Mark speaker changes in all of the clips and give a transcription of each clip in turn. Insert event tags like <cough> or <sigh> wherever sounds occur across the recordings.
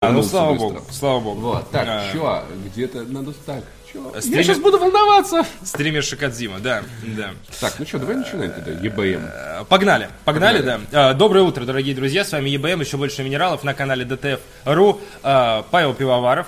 Speaker 1: А ну
Speaker 2: окунулся
Speaker 1: слава
Speaker 2: быстро.
Speaker 1: богу, слава богу.
Speaker 2: Вот, так,
Speaker 1: А,
Speaker 2: чё, где-то надо так, чё? Я
Speaker 1: Стример-
Speaker 2: сейчас буду волноваться.
Speaker 1: Стример Шикадзима, да, да.
Speaker 2: Так, ну что, давай начинаем тогда, ЕБМ.
Speaker 1: Э, Погнали, погнали, да. Э, Доброе утро, дорогие друзья, с вами ЕБМ, еще больше минералов на канале ДТФ.ру. Э, Павел Пивоваров,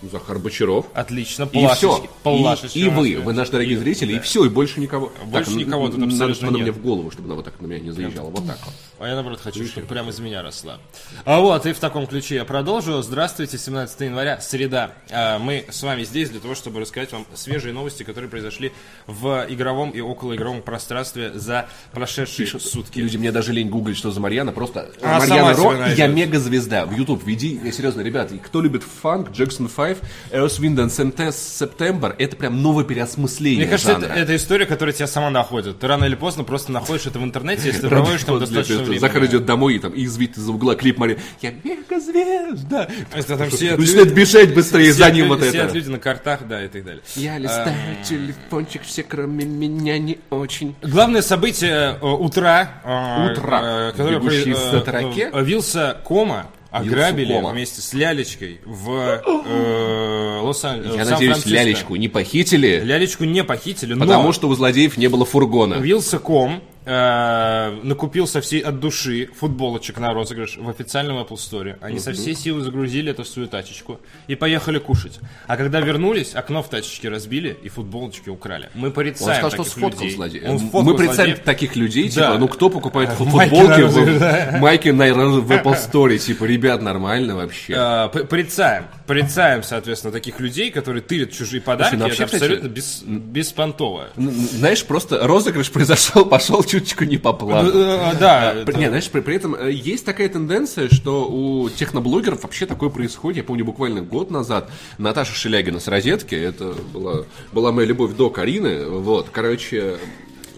Speaker 2: Ну, Захар Бочаров.
Speaker 1: отлично,
Speaker 2: И
Speaker 1: плашечки.
Speaker 2: все.
Speaker 1: плашечки
Speaker 2: и, и
Speaker 1: у нас,
Speaker 2: вы,
Speaker 1: да.
Speaker 2: вы наши дорогие зрители, и все, и больше никого.
Speaker 1: Больше
Speaker 2: ну,
Speaker 1: никого тут
Speaker 2: надо,
Speaker 1: абсолютно
Speaker 2: чтобы она
Speaker 1: нет.
Speaker 2: мне в голову, чтобы она вот так на меня не заезжала. Вот так вот.
Speaker 1: А я, наоборот, хочу, чтобы прямо из меня росла. А вот, и в таком ключе я продолжу. Здравствуйте, 17 января, среда. А, Мы с вами здесь для того, чтобы рассказать вам свежие новости, которые произошли в игровом и околоигровом пространстве за прошедшие сутки.
Speaker 2: Люди, мне даже лень гуглить, что за Марьяна. Просто
Speaker 1: Она сама
Speaker 2: Марьяна
Speaker 1: себя
Speaker 2: Ро,
Speaker 1: найдет.
Speaker 2: я мега-звезда. В YouTube веди. Я серьезно, ребят, и кто любит фанк, Джексон 5, Эрс Винден, Септембр, это прям новое переосмысление
Speaker 1: Мне кажется, это,
Speaker 2: жанра.
Speaker 1: это история, которая тебя сама находит. Ты рано или поздно просто находишь это в интернете, если ты проводишь там
Speaker 2: Вот,
Speaker 1: достаточно
Speaker 2: ребята,
Speaker 1: времени.
Speaker 2: Захар идет домой и там и извит из-за угла клип Марьяна. Я мега-звезда.
Speaker 1: Это там все
Speaker 2: Начинает бежать
Speaker 1: все
Speaker 2: быстрее Ну, за ним
Speaker 1: люди-
Speaker 2: вот
Speaker 1: все А.
Speaker 2: это.
Speaker 1: люди на картах, да, и так далее.
Speaker 2: Я листаю телефончик, все кроме меня не очень.
Speaker 1: Главное событие э, утра, э,
Speaker 2: Утра.
Speaker 1: э, которое
Speaker 2: Бегущий
Speaker 1: при-
Speaker 2: в затраке?
Speaker 1: э, Вилса Кома ограбили
Speaker 2: Кома.
Speaker 1: вместе с Лялечкой в э, Лос-Анджелесе.
Speaker 2: Я надеюсь, лялечку не похитили,
Speaker 1: Лялечку не похитили,
Speaker 2: потому
Speaker 1: но
Speaker 2: что у злодеев не было фургона.
Speaker 1: Вилса Ком э, накупил со всей от души футболочек на розыгрыш в официальном Apple Store. Они со всей силы загрузили это в свою тачечку и поехали кушать. А когда вернулись, окно в тачечке разбили и футболочки украли. Мы порицаем
Speaker 2: Он сказал, что
Speaker 1: таких
Speaker 2: сфоткал
Speaker 1: людей.
Speaker 2: злодея.
Speaker 1: Он
Speaker 2: Мы
Speaker 1: сфоткал
Speaker 2: представим
Speaker 1: злодеев.
Speaker 2: таких людей,
Speaker 1: Да.
Speaker 2: типа, ну кто покупает фу-
Speaker 1: Майки
Speaker 2: футболки
Speaker 1: на
Speaker 2: в-
Speaker 1: розыгрыш, да.
Speaker 2: майки на розы- в Apple Store, типа, ребят, нормально вообще.
Speaker 1: Э, п- порицаем. Порицаем, соответственно, таких людей, которые тырят чужие подарки.
Speaker 2: Слушай, ну вообще,
Speaker 1: это
Speaker 2: кстати,
Speaker 1: абсолютно бес, беспонтово.
Speaker 2: Н- н- Знаешь, просто розыгрыш <laughs> произошел, пошел чуточку не по
Speaker 1: Э,
Speaker 2: плану.
Speaker 1: э, Да,
Speaker 2: При-
Speaker 1: это-
Speaker 2: Не, знаешь, при, при этом э, есть такая тенденция, что у техноблогеров вообще такое происходит. Я помню, буквально год назад Наташа Шелягина с «Розетки», это была, была моя любовь до Карины, вот, короче...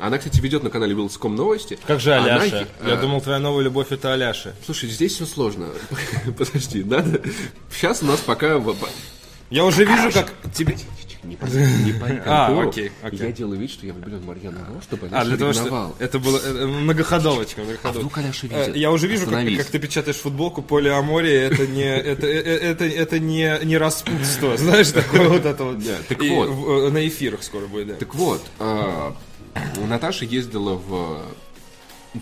Speaker 2: Она, кстати, ведет на канале Вилском новости.
Speaker 1: как же
Speaker 2: Она
Speaker 1: Аляша?
Speaker 2: е-
Speaker 1: Я
Speaker 2: э,
Speaker 1: думал, твоя новая любовь это Аляша.
Speaker 2: Слушай, здесь все сложно. <laughs> Подожди, надо... Сейчас у нас пока... в-
Speaker 1: Я уже вижу, как тебе...
Speaker 2: Не по, не по
Speaker 1: <laughs>
Speaker 2: контуру.
Speaker 1: А, окей, окей.
Speaker 2: Я делаю вид, что я влюблен в Марьяну Ро, чтобы она
Speaker 1: А, для того,
Speaker 2: ревновала.
Speaker 1: что... Это было э, многоходовочка.
Speaker 2: А вдруг
Speaker 1: многоходовочка.
Speaker 2: Аляша
Speaker 1: Э,
Speaker 2: видит?
Speaker 1: Я уже вижу, как,
Speaker 2: Остановись.
Speaker 1: как ты печатаешь футболку «Поле о море», это не, <laughs> это, э, э, это, это не, не распутство, <laughs> знаешь, такое вот это вот.
Speaker 2: так
Speaker 1: И
Speaker 2: вот.
Speaker 1: в- э, на эфирах скоро будет, да.
Speaker 2: Так вот, а, Наташа ездила в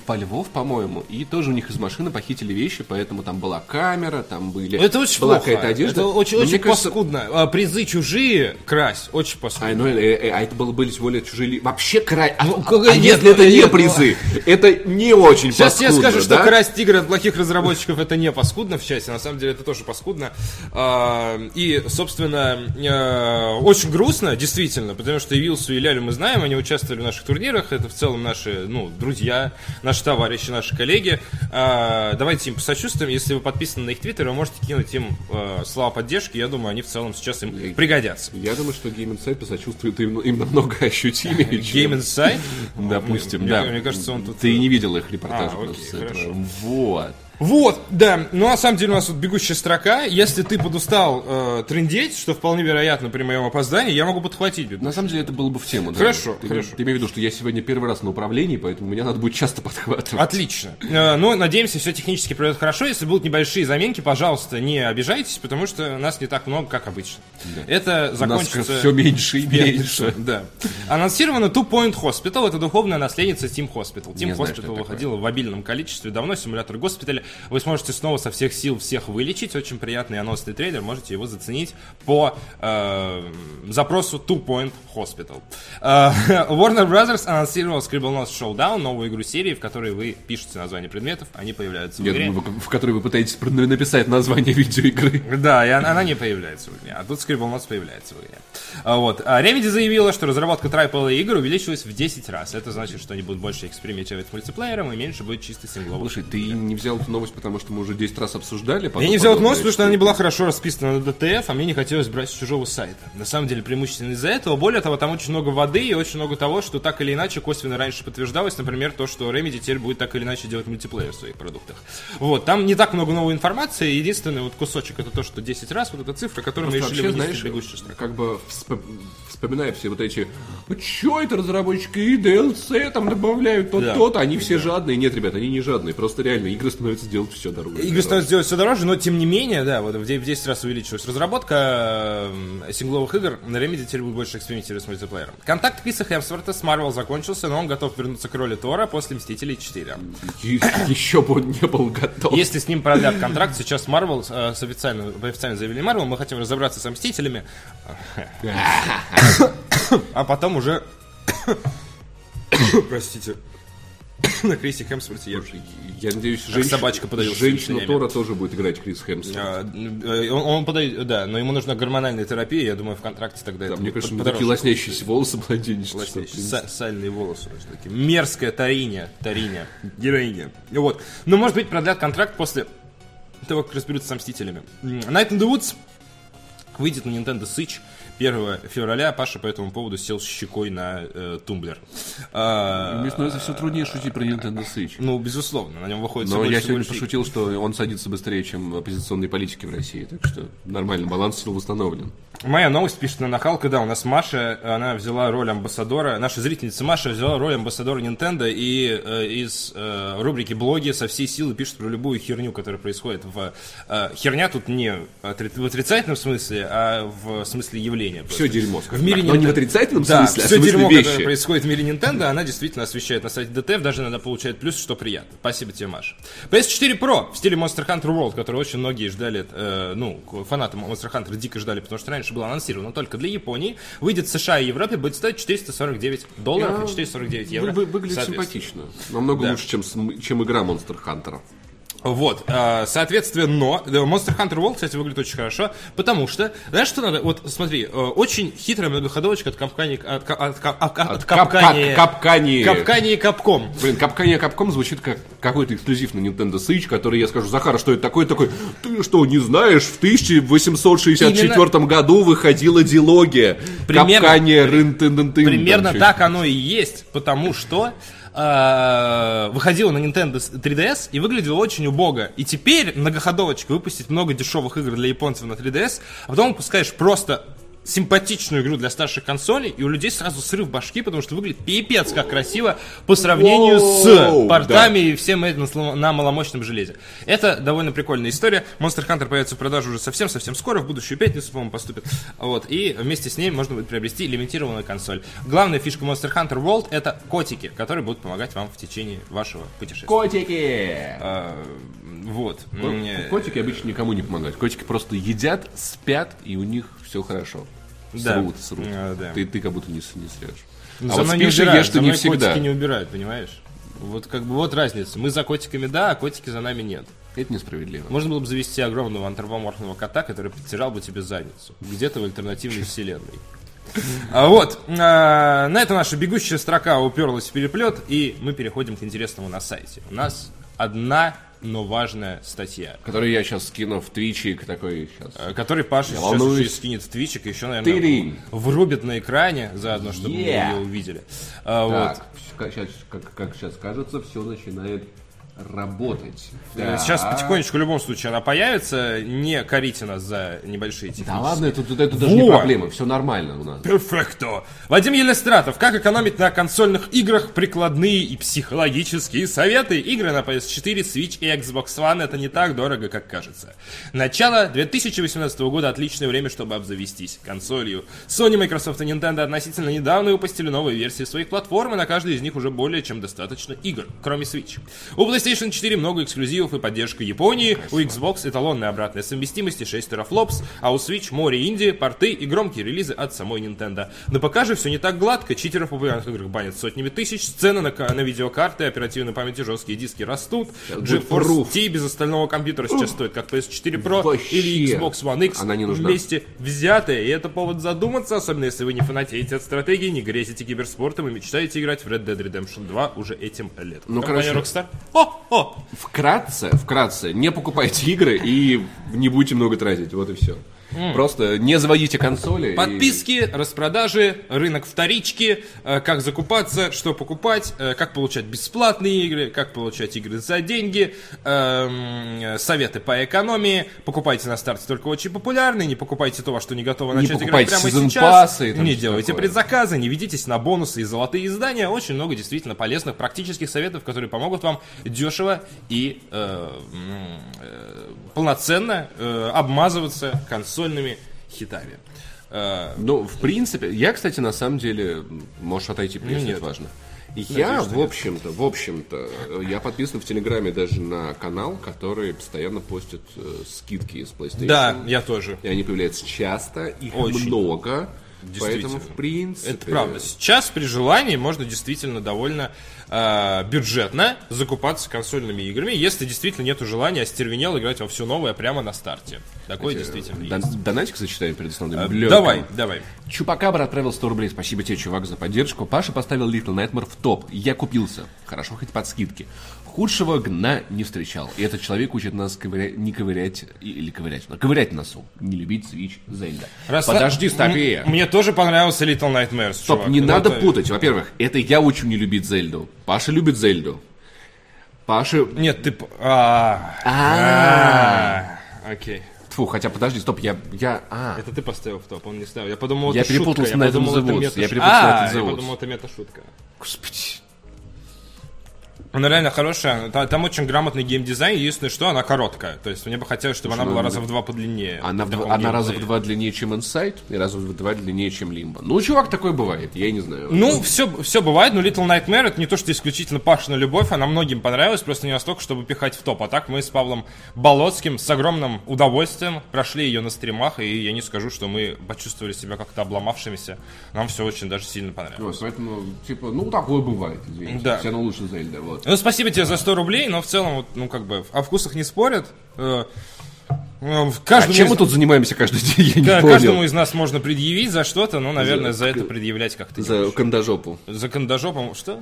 Speaker 2: по Львов, по-моему, и тоже у них из машины похитили вещи, поэтому там была камера, там были...
Speaker 1: Ну, Это очень
Speaker 2: была
Speaker 1: плохо.
Speaker 2: какая-то одежда.
Speaker 1: Это очень,
Speaker 2: Но
Speaker 1: очень
Speaker 2: мне кажется,
Speaker 1: паскудно. А, Призы чужие, крась, очень паскудно.
Speaker 2: А, ну, э, э, а это было, были тем более чужие... ли- Вообще край... А,
Speaker 1: Ну,
Speaker 2: а
Speaker 1: как- нет,
Speaker 2: если это не
Speaker 1: нет, ну,
Speaker 2: призы, это не очень
Speaker 1: Сейчас тебе
Speaker 2: паскудно,
Speaker 1: скажу, что
Speaker 2: да?
Speaker 1: красть тигра от плохих разработчиков это не паскудно в части, на самом деле это тоже паскудно. А, И, собственно, э, очень грустно, действительно, потому что и Вилсу, и Лялю мы знаем, они участвовали в наших турнирах, это в целом наши, ну, друзья, наши товарищи, наши коллеги. А, Давайте им посочувствуем, если вы подписаны на их твиттер, вы можете кинуть им э, слова поддержки, я думаю, они в целом сейчас им пригодятся.
Speaker 2: Я думаю, что Game Insight посочувствует им, им намного ощутимее,
Speaker 1: <laughs> Game
Speaker 2: чем...
Speaker 1: Insight?
Speaker 2: Допустим,
Speaker 1: Мне-
Speaker 2: да.
Speaker 1: Мне, кажется, он тут...
Speaker 2: Ты не видел их репортаж
Speaker 1: А,
Speaker 2: просто
Speaker 1: окей,
Speaker 2: с этого.
Speaker 1: хорошо.
Speaker 2: Вот.
Speaker 1: Вот, да. Ну, на самом деле, у нас тут бегущая строка. Если ты подустал э, трындеть, что вполне вероятно при моем опоздании, я могу подхватить. беду.
Speaker 2: На самом деле это было бы в тему. да.
Speaker 1: Хорошо,
Speaker 2: ты,
Speaker 1: хорошо.
Speaker 2: Ты имею в виду, что я сегодня первый раз на управлении, поэтому меня надо будет часто подхватывать.
Speaker 1: Отлично. Э, ну, надеемся, все технически пройдет хорошо. Если будут небольшие заменки, пожалуйста, не обижайтесь, потому что нас не так много, как обычно. Это
Speaker 2: У нас
Speaker 1: А, закончится...
Speaker 2: все меньше и
Speaker 1: в пятницу.
Speaker 2: меньше.
Speaker 1: <laughs> Да. Анонсировано Two Point Hospital. Это духовная наследница Team Hospital. Team
Speaker 2: Не знаю, что это
Speaker 1: Hospital выходила в обильном количестве давно. Симулятор госпиталя. Вы сможете снова со всех сил всех вылечить. Очень приятный анонсный трейлер. Можете его заценить по э, запросу Two Point Hospital. Э, <laughs> Warner Brothers анонсировал Scribblenauts Showdown, новую игру серии, в которой вы пишете название предметов. Они появляются в
Speaker 2: Я
Speaker 1: игре.
Speaker 2: думаю, в в которой вы пытаетесь про- написать название <laughs> видеоигры.
Speaker 1: Да, и она, она не появляется в игре. А тут Scribblenauts появляется в игре. А, вот. А Remedy заявила, что разработка AAA игр увеличилась в 10 раз. Это значит, что они будут больше экспериментировать с мультиплеером и меньше будет чистых сингловых.
Speaker 2: Слушай, ты не взял эту новость, потому что мы уже 10 раз обсуждали.
Speaker 1: Я
Speaker 2: потом
Speaker 1: не взял эту
Speaker 2: подумал,
Speaker 1: новость, потому что она не была хорошо расписана на ДТФ, а мне не хотелось брать с чужого сайта. На самом деле, преимущественно из-за этого. Более того, там очень много воды и очень много того, что так или иначе косвенно раньше подтверждалось. Например, то, что Remedy теперь будет так или иначе делать мультиплеер в своих продуктах. Вот, там не так много новой информации. Единственный вот кусочек это то, что 10 раз, вот эта цифра, которую мы
Speaker 2: Просто
Speaker 1: решили
Speaker 2: вообще,
Speaker 1: вынести в
Speaker 2: знаешь,
Speaker 1: бегущую строку.
Speaker 2: как бы всп- вспоминая все вот эти, что это разработчики и DLC там добавляют, то
Speaker 1: Да.
Speaker 2: то-то, они все жадные. Нет, ребят, они не жадные, просто реально игры становятся становится делать все дороже.
Speaker 1: Игры становятся делать все дороже, но тем не менее, да, вот в де- в 10 раз увеличилась разработка э, сингловых игр. На Remedy теперь будет больше экспериментировать с мультиплеером. Контакт Криса Хемсворта с Marvel закончился, но он готов вернуться к роли Тора после Мстителей 4.
Speaker 2: Е- Еще бы он не был готов.
Speaker 1: Если с ним продлят контракт, сейчас Marvel э, с официально, официально заявили Marvel, мы хотим разобраться с Мстителями, а потом уже... <coughs> Простите. <coughs> На Крисе Хемсворте я уже
Speaker 2: Я надеюсь, женщ-
Speaker 1: собачка подавился
Speaker 2: женщина
Speaker 1: слюнями.
Speaker 2: Тора тоже будет играть Крис Хемсворт.
Speaker 1: А, э, Он, он подает, да, но ему нужна гормональная терапия, я думаю, в контракте тогда
Speaker 2: Да,
Speaker 1: это
Speaker 2: мне
Speaker 1: будет
Speaker 2: кажется,
Speaker 1: под-
Speaker 2: такие
Speaker 1: подороже.
Speaker 2: лоснящиеся волосы младенчества.
Speaker 1: Лоснящие, са- сальные волосы, у нас такие. мерзкая Тариня,
Speaker 2: <laughs>
Speaker 1: Тариня, героиня. Вот. Но, может быть, продлят контракт после того, как разберутся со Мстителями. М, Night in the Woods выйдет на Nintendo Switch 1 февраля. Паша по этому поводу сел щекой на э, тумблер. А,
Speaker 2: Мне становится все труднее шутить про Nintendo Switch.
Speaker 1: ну, безусловно, на нем выходит
Speaker 2: Но
Speaker 1: всего
Speaker 2: я
Speaker 1: лишь- всего
Speaker 2: сегодня
Speaker 1: лишь игр.
Speaker 2: пошутил, что он садится быстрее, чем оппозиционные политики в России. Так что нормально, баланс сил восстановлен.
Speaker 1: Моя новость пишет на нахалка, да, у нас Маша, она взяла роль амбассадора, наша зрительница Маша взяла роль амбассадора Nintendo и э, из э, рубрики блоги со всей силы пишет про любую херню, которая происходит в... э, херня тут не отри- в отрицательном смысле, а в смысле явления.
Speaker 2: Все дерьмо,
Speaker 1: В
Speaker 2: скажем
Speaker 1: мире
Speaker 2: так. Но не в
Speaker 1: Nintendo.
Speaker 2: отрицательном
Speaker 1: Да,
Speaker 2: смысле, а в
Speaker 1: все
Speaker 2: смысле
Speaker 1: дерьмо, которое
Speaker 2: вещи.
Speaker 1: происходит в мире Nintendo, она действительно освещает на сайте DTF, даже иногда получает плюс, что приятно. Спасибо тебе, Маша. PS4 Pro в стиле Monster Hunter World, который очень многие ждали, э, ну, к- фанаты Monster Hunter дико ждали, потому что раньше было анонсировано только для Японии, выйдет в США и Европе, будет стоить 449 долларов
Speaker 2: Я-
Speaker 1: и 449 евро.
Speaker 2: Ну, Вы- вы- Выглядит
Speaker 1: соответственно.
Speaker 2: симпатично. Намного лучше, чем см- чем игра Monster Hunter.
Speaker 1: Вот, э, соответственно, но да, Monster Hunter World, кстати, выглядит очень хорошо, потому что, знаешь, что надо, вот смотри, э, очень хитрая многоходовочка от компании, от, ка- от, ка- от, от капкани-
Speaker 2: капкани.
Speaker 1: Капкани и Капком.
Speaker 2: Блин, капкания капком звучит как какой-то эксклюзив на Nintendo Switch, который я скажу, Захара, что это такое? Такой, ты что, не знаешь, в 1864 году выходила дилогия.
Speaker 1: Примерно-
Speaker 2: Капкания рын тын тын тын
Speaker 1: Примерно так оно и есть, потому что э, выходила на Nintendo 3DS и выглядела очень убого. И теперь многоходовочка выпустить много дешевых игр для японцев на 3DS, а потом выпускаешь просто симпатичную игру для старших консолей, и у людей сразу срыв башки, потому что выглядит пипец как красиво по сравнению
Speaker 2: Воу,
Speaker 1: с
Speaker 2: да.
Speaker 1: портами Ами и всем этим слом- на маломощном железе. Это довольно прикольная история. Monster Hunter появится в продаже уже совсем-совсем скоро, в будущую пятницу, по-моему, поступит. Вот, и вместе с ней можно будет приобрести лимитированную консоль. Главная фишка Monster Hunter World — это котики, которые будут помогать вам в течение вашего путешествия.
Speaker 2: Котики!
Speaker 1: А, Вот. э, Мне-
Speaker 2: ну, Котики обычно никому не помогают. Котики просто едят, спят, и у них все хорошо.
Speaker 1: Да.
Speaker 2: Срут, срут.
Speaker 1: А, да. Ну,
Speaker 2: Ты, ты как будто не, с- не срешь.
Speaker 1: За
Speaker 2: а вот
Speaker 1: мной не
Speaker 2: спишь и
Speaker 1: убирают,
Speaker 2: ешь
Speaker 1: за
Speaker 2: ты не
Speaker 1: мной
Speaker 2: всегда.
Speaker 1: котики не убирают, понимаешь? Вот как бы вот разница. Мы за котиками да, а котики за нами нет.
Speaker 2: Это несправедливо.
Speaker 1: Можно было бы завести огромного антропоморфного кота, который подтирал бы тебе задницу. Где-то в альтернативной вселенной. А вот, а, на это наша бегущая строка уперлась в переплет, и мы переходим к интересному на сайте. У нас одна, но важная статья,
Speaker 2: Который я сейчас скину в твичик такой сейчас.
Speaker 1: э, которой Паша сейчас
Speaker 2: волнуюсь.
Speaker 1: уже и скинет в твичик, еще, наверное,
Speaker 2: Тыринь.
Speaker 1: врубит на экране заодно, чтобы мы
Speaker 2: Yeah.
Speaker 1: ее увидели. А, вот.
Speaker 2: Так, сейчас, как, как сейчас кажется, все начинает работать.
Speaker 1: Э, Сейчас потихонечку в любом случае она появится. Не корите нас за небольшие технические
Speaker 2: Да ладно, это, это, это даже не
Speaker 1: Во!
Speaker 2: проблема, все нормально у нас.
Speaker 1: Перфекто. Вадим Елистратов. Как экономить на консольных играх прикладные и психологические советы? Игры на PS4, Switch и Xbox One это не так дорого, как кажется. Начало 2018 года отличное время, чтобы обзавестись консолью. Sony, Microsoft и Nintendo относительно недавно выпустили новые версии своих платформ, и на каждой из них уже более чем достаточно игр, кроме Switch. У PlayStation 4 много эксклюзивов и поддержка Японии, у Xbox эталонная обратная совместимость и 6 терафлопс, а у Switch море Индии, порты и громкие релизы от самой Nintendo. На ПК же все не так гладко, читеров в популярных играх банят сотнями тысяч, цены на, ка- на видеокарты, оперативной памяти, жесткие диски растут,
Speaker 2: будет
Speaker 1: GeForce
Speaker 2: пруф.
Speaker 1: T без остального компьютера сейчас стоит как PS4 Pro
Speaker 2: Вообще.
Speaker 1: или Xbox One X
Speaker 2: Она не нужна.
Speaker 1: вместе взятые, и это повод задуматься, особенно если вы не фанатеете от стратегии, не грезите киберспортом и мечтаете играть в Red Dead Redemption 2 уже этим летом.
Speaker 2: Ну,
Speaker 1: Компания
Speaker 2: короче.
Speaker 1: Rockstar. О, о,
Speaker 2: Вкратце, вкратце, не покупайте игры и не будете много тратить, вот и все. Просто не заводите консоли. и-
Speaker 1: Э, Подписки, распродажи, рынок вторички, э, как закупаться, что покупать, э, как получать бесплатные игры, как получать игры за деньги, эм, э, советы по экономии, покупайте на старте только очень популярные, не покупайте то, во что не готовы
Speaker 2: Не
Speaker 1: начать играть
Speaker 2: покупайте
Speaker 1: прямо
Speaker 2: сезон
Speaker 1: сейчас,
Speaker 2: пассы и там
Speaker 1: не
Speaker 2: всё
Speaker 1: делайте
Speaker 2: такое.
Speaker 1: предзаказы, не ведитесь на бонусы и золотые издания, очень много действительно полезных практических советов, которые помогут вам дешево и э, м, э, полноценно э, обмазываться консольными хитами. Э,
Speaker 2: Ну, в принципе, я, кстати, на самом деле, м, можешь отойти,
Speaker 1: Ну,
Speaker 2: прежде,
Speaker 1: нет.
Speaker 2: это важно. Я, в общем-то, в общем-то, э, я подписан в Телеграме даже на канал, который постоянно постит э, скидки из PlayStation.
Speaker 1: Да, я тоже.
Speaker 2: И они появляются часто, их
Speaker 1: Очень.
Speaker 2: много.
Speaker 1: Действительно.
Speaker 2: Поэтому, в принципе...
Speaker 1: Это правда. Сейчас при желании можно действительно довольно э, бюджетно закупаться консольными играми, если действительно нету желания остервенел играть во все новое прямо на старте. Такое действительно
Speaker 2: Дон-
Speaker 1: есть.
Speaker 2: Донатик зачитаем перед основным
Speaker 1: Э,
Speaker 2: блёком.
Speaker 1: Давай, давай.
Speaker 2: Чупакабра отправил 100 рублей. Спасибо тебе, чувак, за поддержку. Паша поставил Little Nightmare в топ. Я купился. Хорошо, хоть под скидки. Худшего гна не встречал. И этот человек учит нас ковыря- не ковырять и- или ковырять, но ковырять носу. Не любить Switch Зельда.
Speaker 1: Раз-
Speaker 2: Подожди,
Speaker 1: М-
Speaker 2: Стопея.
Speaker 1: Мне тоже понравился Little Nightmares.
Speaker 2: Стоп,
Speaker 1: чувак.
Speaker 2: не
Speaker 1: Ну,
Speaker 2: надо
Speaker 1: это-
Speaker 2: путать. Во-первых, это я учу не любить Зельду. Паша любит Зельду. Паша...
Speaker 1: Нет, ты... п- а, а, Окей.
Speaker 2: Тьфу, хотя подожди, стоп, я... я... А,
Speaker 1: Это ты поставил в топ, он не ставил. Я подумал,
Speaker 2: Я
Speaker 1: это
Speaker 2: перепутал
Speaker 1: шутка.
Speaker 2: с Night of
Speaker 1: подумал,
Speaker 2: the
Speaker 1: это
Speaker 2: Woods.
Speaker 1: мета-
Speaker 2: Я перепутал с Night of
Speaker 1: А,
Speaker 2: the
Speaker 1: я
Speaker 2: Woods.
Speaker 1: подумал, это мета-шутка.
Speaker 2: господи.
Speaker 1: Она реально хорошая, та- там очень грамотный геймдизайн, единственное, что она короткая. То есть мне бы хотелось, чтобы она была раза в два подлиннее.
Speaker 2: Она,
Speaker 1: в
Speaker 2: в
Speaker 1: таком
Speaker 2: два- она
Speaker 1: геймплее.
Speaker 2: раза в два длиннее, чем Inside, и раза в два длиннее, чем Лимба. Ну, чувак, такой бывает, я не знаю.
Speaker 1: Ну, все, все бывает, но Little Nightmare это не то, что исключительно Пашина любовь, она многим понравилась, просто не настолько, чтобы пихать в топ. А так мы с Павлом Болоцким с огромным удовольствием прошли ее на стримах, и я не скажу, что мы почувствовали себя как-то обломавшимися. Нам все очень даже сильно понравилось.
Speaker 2: Вот, поэтому, типа, ну, такое бывает, извините.
Speaker 1: Да.
Speaker 2: Все равно лучше Зельда, вот.
Speaker 1: Ну, спасибо тебе за 100 рублей, но в целом, вот, ну, как бы, о вкусах не спорят. Э, э, в
Speaker 2: А
Speaker 1: каждом
Speaker 2: чем
Speaker 1: из-
Speaker 2: мы тут занимаемся каждый день, <laughs> я не
Speaker 1: Да,
Speaker 2: понял.
Speaker 1: каждому из нас можно предъявить за что-то, но, наверное, за,
Speaker 2: За-
Speaker 1: это предъявлять как-то.
Speaker 2: За
Speaker 1: За,
Speaker 2: кандажопу.
Speaker 1: за кандажопом. Что?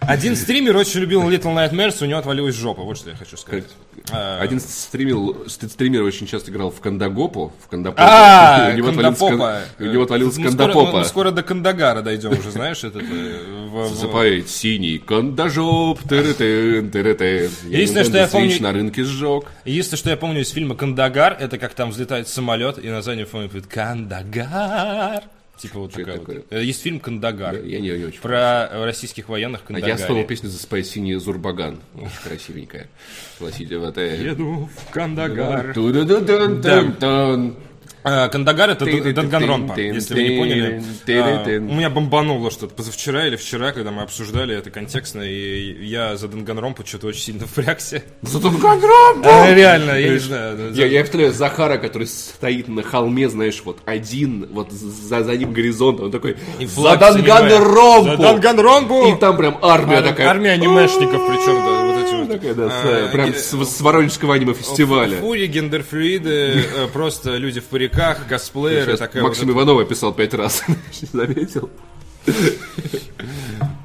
Speaker 1: Один стример очень любил Little Nightmares, у него отвалилась жопа. Вот что я хочу сказать. А,
Speaker 2: Один стримил, ст- стример очень часто играл в кандагопу, в кандапопу.
Speaker 1: А,
Speaker 2: <laughs> У него отвалился
Speaker 1: кандапопа.
Speaker 2: кан- У него отвалился
Speaker 1: Мы скоро- мы-
Speaker 2: кандапопа.
Speaker 1: Мы скоро до Кандагара дойдем уже, знаешь, этот... э, в- в-
Speaker 2: Засыпает синий кандажоп, тыры-тын, тыры-тын.
Speaker 1: Единственное, что я
Speaker 2: Nintendo Switch
Speaker 1: помню-
Speaker 2: на рынке сжег.
Speaker 1: Единственное, что я помню из фильма «Кандагар», это как там взлетает самолет, и на заднем фоне говорит «Кандагар». Типа вот
Speaker 2: это
Speaker 1: такая вот.
Speaker 2: такое?
Speaker 1: Э, Есть фильм «Кандагар».
Speaker 2: Я не, не очень
Speaker 1: Про э, российских военных
Speaker 2: А
Speaker 1: Кандагаре.
Speaker 2: я вспомнил песню «Засыпай синий Зурбаган». Очень красивенькая. Согласитесь, вот это...
Speaker 1: Еду в Кандагар.
Speaker 2: Ту-ду-ду-дун-дун-дун.
Speaker 1: А, Кандагар это Д- Данганронпа,
Speaker 2: Тын-тын-тын-тын,
Speaker 1: если вы не поняли. А,
Speaker 2: тын-тын-тын.
Speaker 1: У меня бомбануло что-то позавчера или вчера, когда мы обсуждали это контекстно, и я за Данганромпу что-то очень сильно впрягся.
Speaker 2: За Данганронпу!
Speaker 1: А, <laughs> Реально, я не знаю.
Speaker 2: Я, я представляю Захара, который стоит на холме, знаешь, вот один, вот за, за ним горизонт, он такой «За
Speaker 1: флаг
Speaker 2: Данганронпу!»
Speaker 1: За Данганронпу!
Speaker 2: И там прям армия такая.
Speaker 1: Армия анимешников, причем, да, вот эти вот.
Speaker 2: Такая, да, с,
Speaker 1: А,
Speaker 2: э, прям
Speaker 1: э,
Speaker 2: с, с Воронежского аниме-фестиваля.
Speaker 1: Фури, гендерфлюиды, э, просто люди в париках, косплееры,
Speaker 2: Сейчас
Speaker 1: такая вот
Speaker 2: Максим Иванова писал пять раз, <laughs> заметил?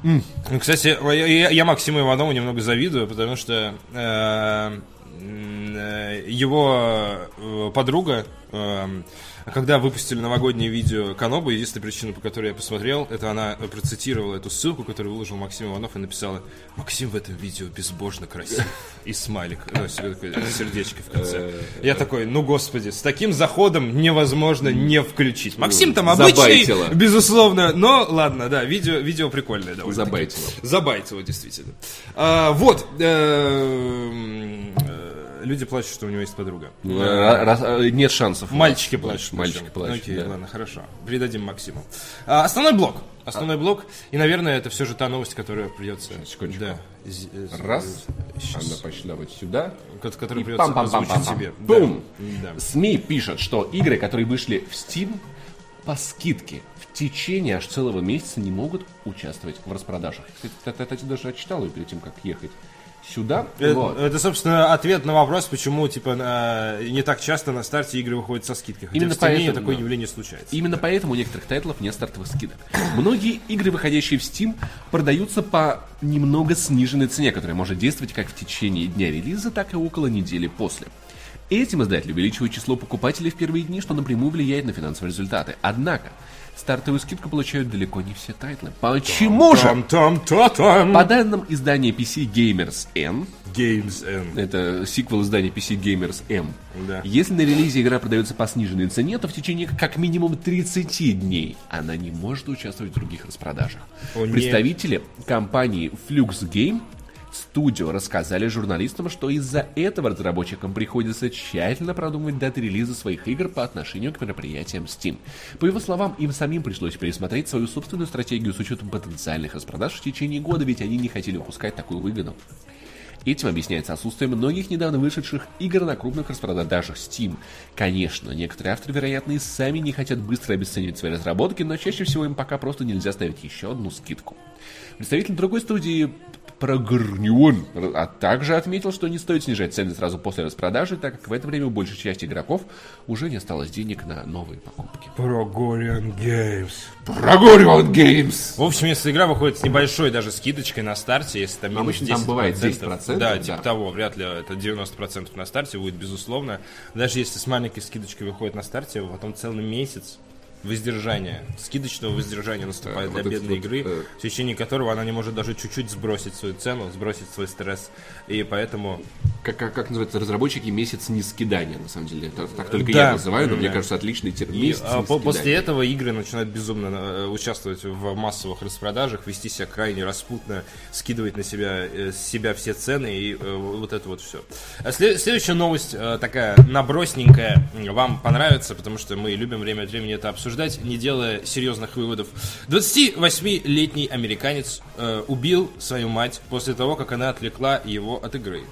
Speaker 1: Ну, Кстати, я, я- я Максиму Иванову немного завидую, потому что э, м, э, его э, подруга, э, когда выпустили новогоднее видео Канобы, единственная причина, по которой я посмотрел, это она процитировала эту ссылку, которую выложил Максим Иванов, и написала «Максим в этом видео безбожно красив». И смайлик, ну, себе такое сердечко в конце. Я такой, ну, господи, с таким заходом невозможно не включить. Максим там обычный,
Speaker 2: забайтило.
Speaker 1: безусловно, но ладно, да, видео, видео прикольное довольно.
Speaker 2: Забайтило.
Speaker 1: Забайтило, действительно. А, вот. эм, э, Люди плачут, что у него есть подруга.
Speaker 2: Ра- раз- э, Нет шансов.
Speaker 1: Мальчики плачут.
Speaker 2: Мальчики
Speaker 1: причем.
Speaker 2: плачут,
Speaker 1: Окей,
Speaker 2: да.
Speaker 1: ладно, хорошо. Передадим Максиму. А, основной блок.
Speaker 2: А.
Speaker 1: Основной блок. И, наверное, это все же та новость, которая придется...
Speaker 2: секундочку.
Speaker 1: Да. З- э, з-
Speaker 2: Раз.
Speaker 1: щас.
Speaker 2: Она пошла вот сюда.
Speaker 1: Ко- Которую
Speaker 2: И
Speaker 1: придется
Speaker 2: пам-пам-пам-пам-пам.
Speaker 1: озвучить тебе. Да.
Speaker 2: Бум!
Speaker 1: Да.
Speaker 2: СМИ пишут, что игры, которые вышли в Steam по скидке в течение аж целого месяца не могут участвовать в распродажах. Кстати, это- это я даже отчитал ее перед тем, как ехать сюда.
Speaker 1: Это,
Speaker 2: Вот.
Speaker 1: Э, это, собственно, ответ на вопрос, почему типа на- не так часто на старте игры выходят со скидкой. Хотя
Speaker 2: Именно
Speaker 1: в Steam
Speaker 2: поэтому,
Speaker 1: такое
Speaker 2: да.
Speaker 1: явление случается.
Speaker 2: Именно поэтому у некоторых тайтлов нет стартовых скидок. Многие игры, выходящие в Steam, продаются по немного сниженной цене, которая может действовать как в течение дня релиза, так и около недели после. Этим издатель увеличивает число покупателей в первые дни, что напрямую влияет на финансовые результаты. Однако, стартовую скидку получают далеко не все тайтлы. Почему же?
Speaker 1: там там та там
Speaker 2: По данным издания PC Gamers N,
Speaker 1: Games N.
Speaker 2: это сиквел издания PC Gamers M,
Speaker 1: Да.
Speaker 2: если на релизе игра продается по сниженной цене, то в течение как минимум 30 дней она не может участвовать в других распродажах.
Speaker 1: О, нет.
Speaker 2: Представители компании Flux Game Studio рассказали журналистам, что из-за этого разработчикам приходится тщательно продумывать даты релиза своих игр по отношению к мероприятиям Steam. По его словам, им самим пришлось пересмотреть свою собственную стратегию с учетом потенциальных распродаж в течение года, ведь они не хотели упускать такую выгоду. Этим объясняется отсутствие многих недавно вышедших игр на крупных распродажах Steam. Конечно, некоторые авторы, вероятно, и сами не хотят быстро обесценивать свои разработки, но чаще всего им пока просто нельзя ставить еще одну скидку. Представитель другой студии Прогорнион, а также отметил, что не стоит снижать цены сразу после распродажи, так как в это время у большей части игроков уже не осталось денег на новые покупки.
Speaker 1: Progorian Games.
Speaker 2: Прогорион Геймс!
Speaker 1: В общем, если игра выходит с небольшой даже скидочкой на старте, если там минус
Speaker 2: Обычно там
Speaker 1: 10%,
Speaker 2: бывает
Speaker 1: да,
Speaker 2: 10%, да.
Speaker 1: типа того, вряд ли это 90% на старте будет, безусловно. Даже если с маленькой скидочкой выходит на старте, потом целый месяц воздержания, скидочного воздержания наступает
Speaker 2: вот
Speaker 1: для
Speaker 2: это
Speaker 1: бедной
Speaker 2: вот,
Speaker 1: игры,
Speaker 2: э.
Speaker 1: в течение которого она не может даже чуть-чуть сбросить свою цену, сбросить свой стресс. И поэтому
Speaker 2: Как, как, как называется, разработчики месяц не скидания, на самом деле. Так, так только
Speaker 1: Да.
Speaker 2: я называю, но мне
Speaker 1: Да.
Speaker 2: кажется, отличный термин.
Speaker 1: И,
Speaker 2: Месяц
Speaker 1: а,
Speaker 2: не
Speaker 1: по- после
Speaker 2: скидания.
Speaker 1: этого игры начинают безумно э, участвовать в массовых распродажах, вести себя крайне распутно, скидывать на себя, э, с себя все цены и э, вот это вот все. следующая новость э, такая набросненькая, вам понравится, потому что мы любим время от времени это обсуждать, не делая серьезных выводов. 28-летний американец э, убил свою мать после того, как она отвлекла его от игры.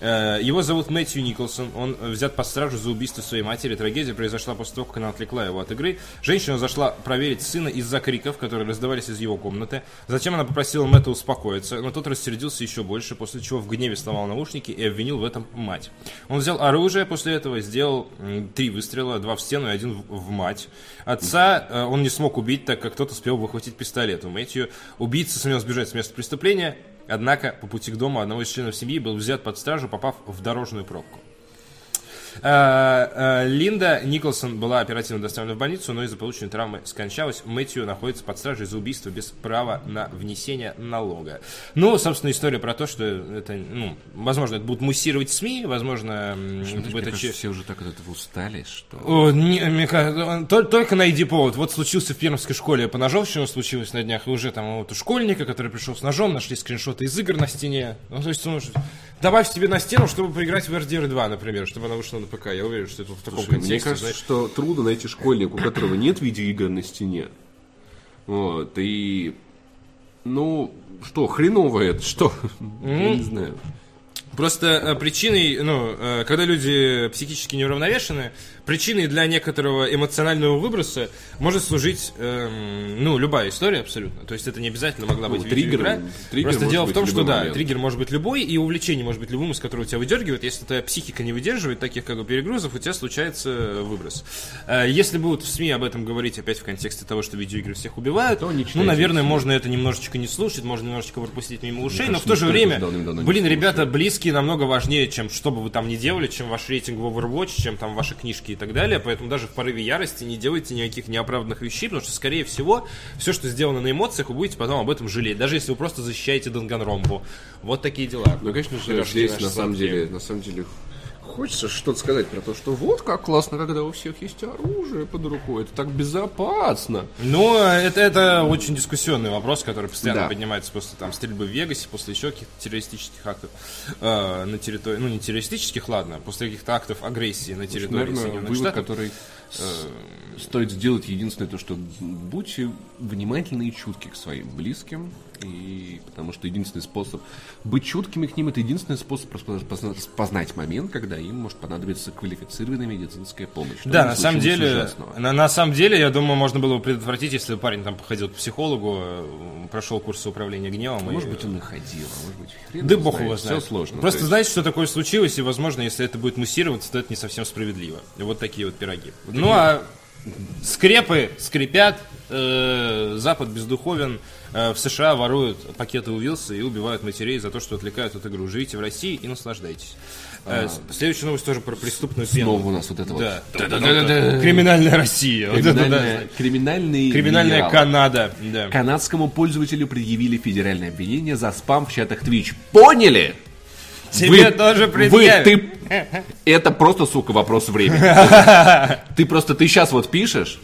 Speaker 1: Э, Его зовут Мэтью Николсон. Он э, взят под стражу за убийство своей матери. Трагедия произошла после того, как она отвлекла его от игры. Женщина зашла проверить сына из-за криков, которые раздавались из его комнаты. Затем она попросила Мэтта успокоиться, но тот рассердился еще больше, после чего в гневе сломал наушники и обвинил в этом мать. Он взял оружие, после этого сделал м, три выстрела, два в стену и один в, в мать. Отца э, он не смог убить, так как тот успел выхватить пистолет у Мэтью. Убийца сумел сбежать с места преступления, Однако по пути к дому одного из членов семьи был взят под стражу, попав в дорожную пробку. Э, э, Линда Николсон была оперативно доставлена в больницу, но из-за полученной травмы скончалась. Мэтью находится под стражей за убийство без права на внесение налога. Ну, собственно, история про то, что это, ну, возможно, это будут муссировать СМИ, возможно, м,
Speaker 2: Знаешь,
Speaker 1: это
Speaker 2: Ну, мне кажется,
Speaker 1: че-
Speaker 2: все уже так от этого устали, что...
Speaker 1: о, не, мне кажется, тол- только найди повод. Вот случился в Пермской школе поножовщина, случилось на днях, и уже там вот у школьника, который пришел с ножом, нашли скриншоты из игр на стене. Ну, то есть, ну, добавь себе на стену, чтобы поиграть в RDR 2, например, чтобы она вышла на ПК. Я уверен, что это в таком
Speaker 2: Слушай, ну,
Speaker 1: контексте,
Speaker 2: Мне кажется,
Speaker 1: знаешь.
Speaker 2: что трудно найти школьника, у которого нет видеоигр на стене. Вот, и... Ну, что, хреново это, что? Я не знаю.
Speaker 1: Просто э, причиной, ну, э, когда люди психически неуравновешены, причиной для некоторого эмоционального выброса может служить, эм, ну, любая история абсолютно. То есть это не обязательно могла
Speaker 2: Ну,
Speaker 1: быть
Speaker 2: триггер,
Speaker 1: видеоигра.
Speaker 2: триггер
Speaker 1: Просто
Speaker 2: может
Speaker 1: дело в
Speaker 2: быть
Speaker 1: том,
Speaker 2: в
Speaker 1: что
Speaker 2: любой
Speaker 1: да,
Speaker 2: момент.
Speaker 1: триггер может быть любой, и увлечение может быть любым, из которого тебя выдергивает. Если твоя психика не выдерживает таких как бы перегрузов, у тебя случается выброс. Э, Если будут в СМИ об этом говорить опять в контексте того, что видеоигры всех убивают,
Speaker 2: А То не
Speaker 1: ну,
Speaker 2: читайте
Speaker 1: наверное,
Speaker 2: СМИ.
Speaker 1: можно это немножечко не слушать, можно немножечко пропустить мимо ушей, но в
Speaker 2: кажется,
Speaker 1: то же
Speaker 2: никто это
Speaker 1: время,
Speaker 2: давным-давно не
Speaker 1: блин, ребята, близкие намного важнее, чем что бы вы там ни делали, чем ваш рейтинг в Overwatch, чем там ваши книжки и так далее. Поэтому даже в порыве ярости не делайте никаких неоправданных вещей, потому что, скорее всего, все, что сделано на эмоциях, вы будете потом об этом жалеть. Даже если вы просто защищаете Данганромбу. Вот такие дела.
Speaker 2: Ну, конечно же,
Speaker 1: Пирожки
Speaker 2: здесь
Speaker 1: наши
Speaker 2: на самом
Speaker 1: сладкие.
Speaker 2: деле, на самом деле, хочется что-то сказать про то, что вот как классно, когда у всех есть оружие под рукой, это так безопасно.
Speaker 1: Ну, это, это очень дискуссионный вопрос, который постоянно
Speaker 2: Да.
Speaker 1: поднимается после там стрельбы в Вегасе, после еще каких-то террористических актов э, на территории, ну не террористических, ладно, после каких-то актов агрессии на территории
Speaker 2: Наверное,
Speaker 1: Соединенных
Speaker 2: вывод,
Speaker 1: Штатов.
Speaker 2: который э, стоит сделать единственное, то, что будьте внимательны и чутки к своим близким, и потому что единственный способ быть чуткими к ним это единственный способ распозна- позна- распознать момент, когда им может понадобиться квалифицированная медицинская помощь. чтобы
Speaker 1: Да,
Speaker 2: не
Speaker 1: на самом
Speaker 2: случилось
Speaker 1: деле,
Speaker 2: ужасного.
Speaker 1: на, на самом деле, я думаю, можно было бы предотвратить, если бы парень там походил к психологу, э, прошел курсы управления гневом. и-
Speaker 2: Может быть, он и ходил, а может быть, хрен
Speaker 1: э, Да бог его
Speaker 2: Все
Speaker 1: знает.
Speaker 2: сложно.
Speaker 1: Просто
Speaker 2: То есть-
Speaker 1: знаете, что такое случилось, и, возможно, если это будет муссироваться, то это не совсем справедливо. И Вот такие вот пироги. Ну, а Скрепы скрипят, э, Запад бездуховен, э, в США воруют пакеты у Вилса и убивают матерей за то, что отвлекают от игру. Живите в России и наслаждайтесь. Э, с- Следующая новость тоже про преступную сцену.
Speaker 2: А. Снова у нас вот это вот.
Speaker 1: Да. Криминальная Россия. Вот это <laughs> да,
Speaker 2: Криминальная, криминальные
Speaker 1: Криминальная
Speaker 2: минералы.
Speaker 1: Канада. Да.
Speaker 2: Канадскому пользователю предъявили федеральное обвинение за спам в чатах Twitch. Поняли?
Speaker 1: Тебе тоже предъявят.
Speaker 2: Вы,
Speaker 1: <laughs>
Speaker 2: ты... Это просто, сука, вопрос времени. Ты просто, ты сейчас вот пишешь,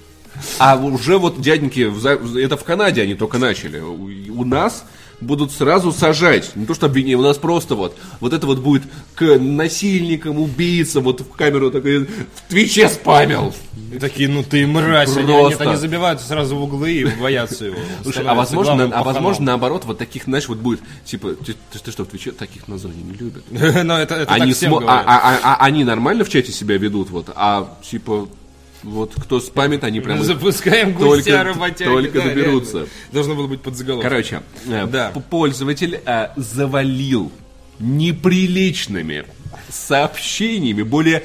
Speaker 2: а уже вот дяденьки, в за- это в Канаде они только начали. У у нас будут сразу сажать. Не то, что обвинение, у нас просто вот. Вот это вот будет к насильникам, убийцам, вот в камеру такой, в Твиче спамил.
Speaker 1: И Такие, ну ты мразь. Они,
Speaker 2: Просто.
Speaker 1: нет, они забивают сразу в углы и боятся его.
Speaker 2: Слушай, а
Speaker 1: Становятся
Speaker 2: возможно,
Speaker 1: главным
Speaker 2: а
Speaker 1: паханом.
Speaker 2: возможно,
Speaker 1: <laughs>
Speaker 2: наоборот, вот таких, знаешь, вот будет, типа, ты, ты- ты что, в Твиче таких на зоне не любят?
Speaker 1: Ну, это, это
Speaker 2: Они,
Speaker 1: так всем
Speaker 2: смо- а-
Speaker 1: говорят.
Speaker 2: а- а- а они нормально в чате себя ведут, вот, а типа, вот кто спамит, они
Speaker 1: <laughs>
Speaker 2: прям.
Speaker 1: Запускаем
Speaker 2: Только-
Speaker 1: густя работяги.
Speaker 2: только
Speaker 1: да,
Speaker 2: доберутся.
Speaker 1: реально. Должно было быть под заголовком.
Speaker 2: Короче, э,
Speaker 1: Да.
Speaker 2: п- пользователь э, завалил неприличными сообщениями более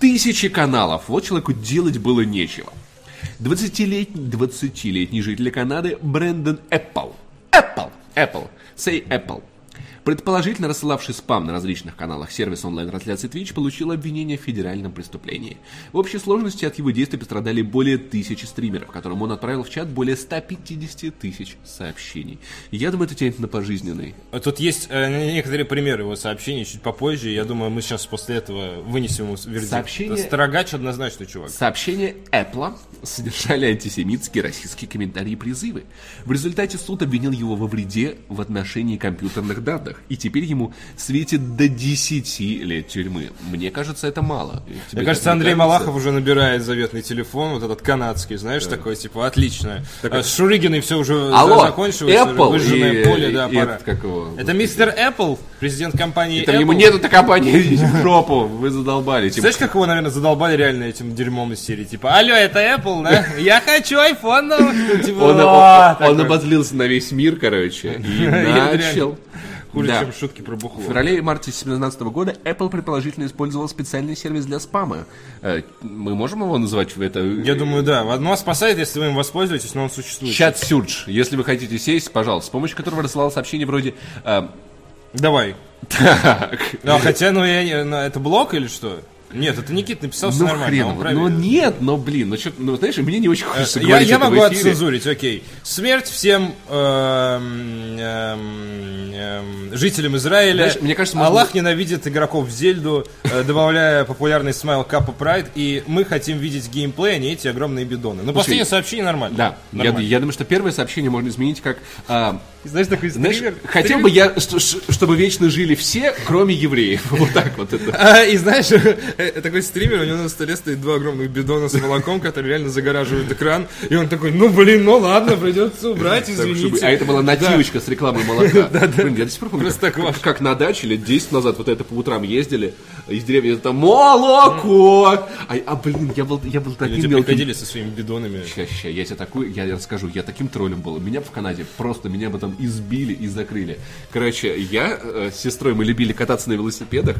Speaker 2: тысячи каналов. Вот человеку делать было нечего. 20-летний, 20-летний житель Канады Брэндон Эппл. Apple, Apple, say Apple. Предположительно рассылавший спам на различных каналах сервис онлайн-трансляции Twitch получил обвинение в федеральном преступлении. В общей сложности от его действий пострадали более тысячи стримеров, которым он отправил в чат более 150 тысяч сообщений. Я думаю, это тянет на пожизненный.
Speaker 1: А Тут есть э, некоторые примеры его сообщений чуть попозже. Я думаю, мы сейчас после этого вынесем ему вердикт.
Speaker 2: Сообщение-
Speaker 1: Строгач однозначно, чувак.
Speaker 2: Сообщения Apple содержали антисемитские, российские комментарии и призывы. В результате суд обвинил его во вреде в отношении компьютерных данных. И теперь ему светит до 10 лет тюрьмы. Мне кажется, это мало.
Speaker 1: Мне кажется, Андрей Малахов уже набирает заветный телефон, вот этот канадский, знаешь, такой, типа, отлично. А, С Шуригиной все уже за-
Speaker 2: Алло,
Speaker 1: закончилось, уже
Speaker 2: Apple
Speaker 1: выжженное
Speaker 2: и-
Speaker 1: поле, да,
Speaker 2: и
Speaker 1: пора.
Speaker 2: этот, как его,
Speaker 1: Это мистер Apple, президент компании
Speaker 2: Там
Speaker 1: Apple.
Speaker 2: ему нет этой компании, идите <laughs> в жопу, вы задолбали. Типа,
Speaker 1: Знаешь, как его, наверное, задолбали реально этим дерьмом из серии? Типа, алло, это Apple, да? Я хочу iPhone.
Speaker 2: <laughs>
Speaker 1: новый». Типа,
Speaker 2: он,
Speaker 1: «А,
Speaker 2: он- он
Speaker 1: такой».
Speaker 2: обозлился на весь мир, короче, <laughs> и
Speaker 1: реально.
Speaker 2: начал.
Speaker 1: Хуже,
Speaker 2: Да.
Speaker 1: чем шутки про бухло.
Speaker 2: В феврале и марте 2017 года Apple предположительно использовал специальный сервис для спама. Э, Мы можем его назвать в это?
Speaker 1: Я думаю, да. Одно спасает, если вы им воспользуетесь, но он существует.
Speaker 2: Чат Сюрдж, если вы хотите сесть, пожалуйста, с помощью которого рассылал сообщение вроде э,
Speaker 1: Давай.
Speaker 2: «Так».
Speaker 1: Ну, а хотя, ну, я, не- ну, это блок или что? Нет, это Никит написал, все
Speaker 2: Ну
Speaker 1: нормально.
Speaker 2: хрен,
Speaker 1: он
Speaker 2: его.
Speaker 1: проверил.
Speaker 2: ну нет, но блин, ну, чё- ну знаешь, мне не очень хочется
Speaker 1: я,
Speaker 2: говорить
Speaker 1: я
Speaker 2: это в
Speaker 1: могу
Speaker 2: эфире.
Speaker 1: отцензурить, окей. Смерть всем эм, эм, эм, жителям Израиля.
Speaker 2: Знаешь, мне кажется, можно-
Speaker 1: Аллах ненавидит игроков в Зельду, э, добавляя популярный смайл Капа Прайд, и мы хотим видеть геймплей, а не эти огромные бидоны. Ну, последнее сообщение нормально.
Speaker 2: Да, я,
Speaker 1: Нормально.
Speaker 2: я думаю, что первое сообщение можно изменить как... а,
Speaker 1: Знаешь, такой
Speaker 2: знаешь,
Speaker 1: стример-
Speaker 2: хотел бы я, что- ш- чтобы вечно жили все, кроме евреев. <laughs> Вот так вот это.
Speaker 1: <laughs> А, и знаешь, э, такой стример, у него на столе стоит два огромных бидона с молоком, которые реально загораживают экран. И он такой, ну блин, ну ладно, придется убрать,
Speaker 2: Так, чтобы-
Speaker 1: извините.
Speaker 2: А это была нативочка с рекламой молока. Блин, я до сих пор помню, как,
Speaker 1: Простоквашино.
Speaker 2: как- как на даче лет 10 назад вот это по утрам ездили из деревни, там молоко! А, а, блин, я был, я был
Speaker 1: Люди
Speaker 2: таким мелким...
Speaker 1: приходили со своими бидонами.
Speaker 2: Ща, ща, я тебе такую, я расскажу, я таким троллем был. Меня в Канаде просто, меня бы там избили и закрыли. Короче, я э, с сестрой, мы любили кататься на велосипедах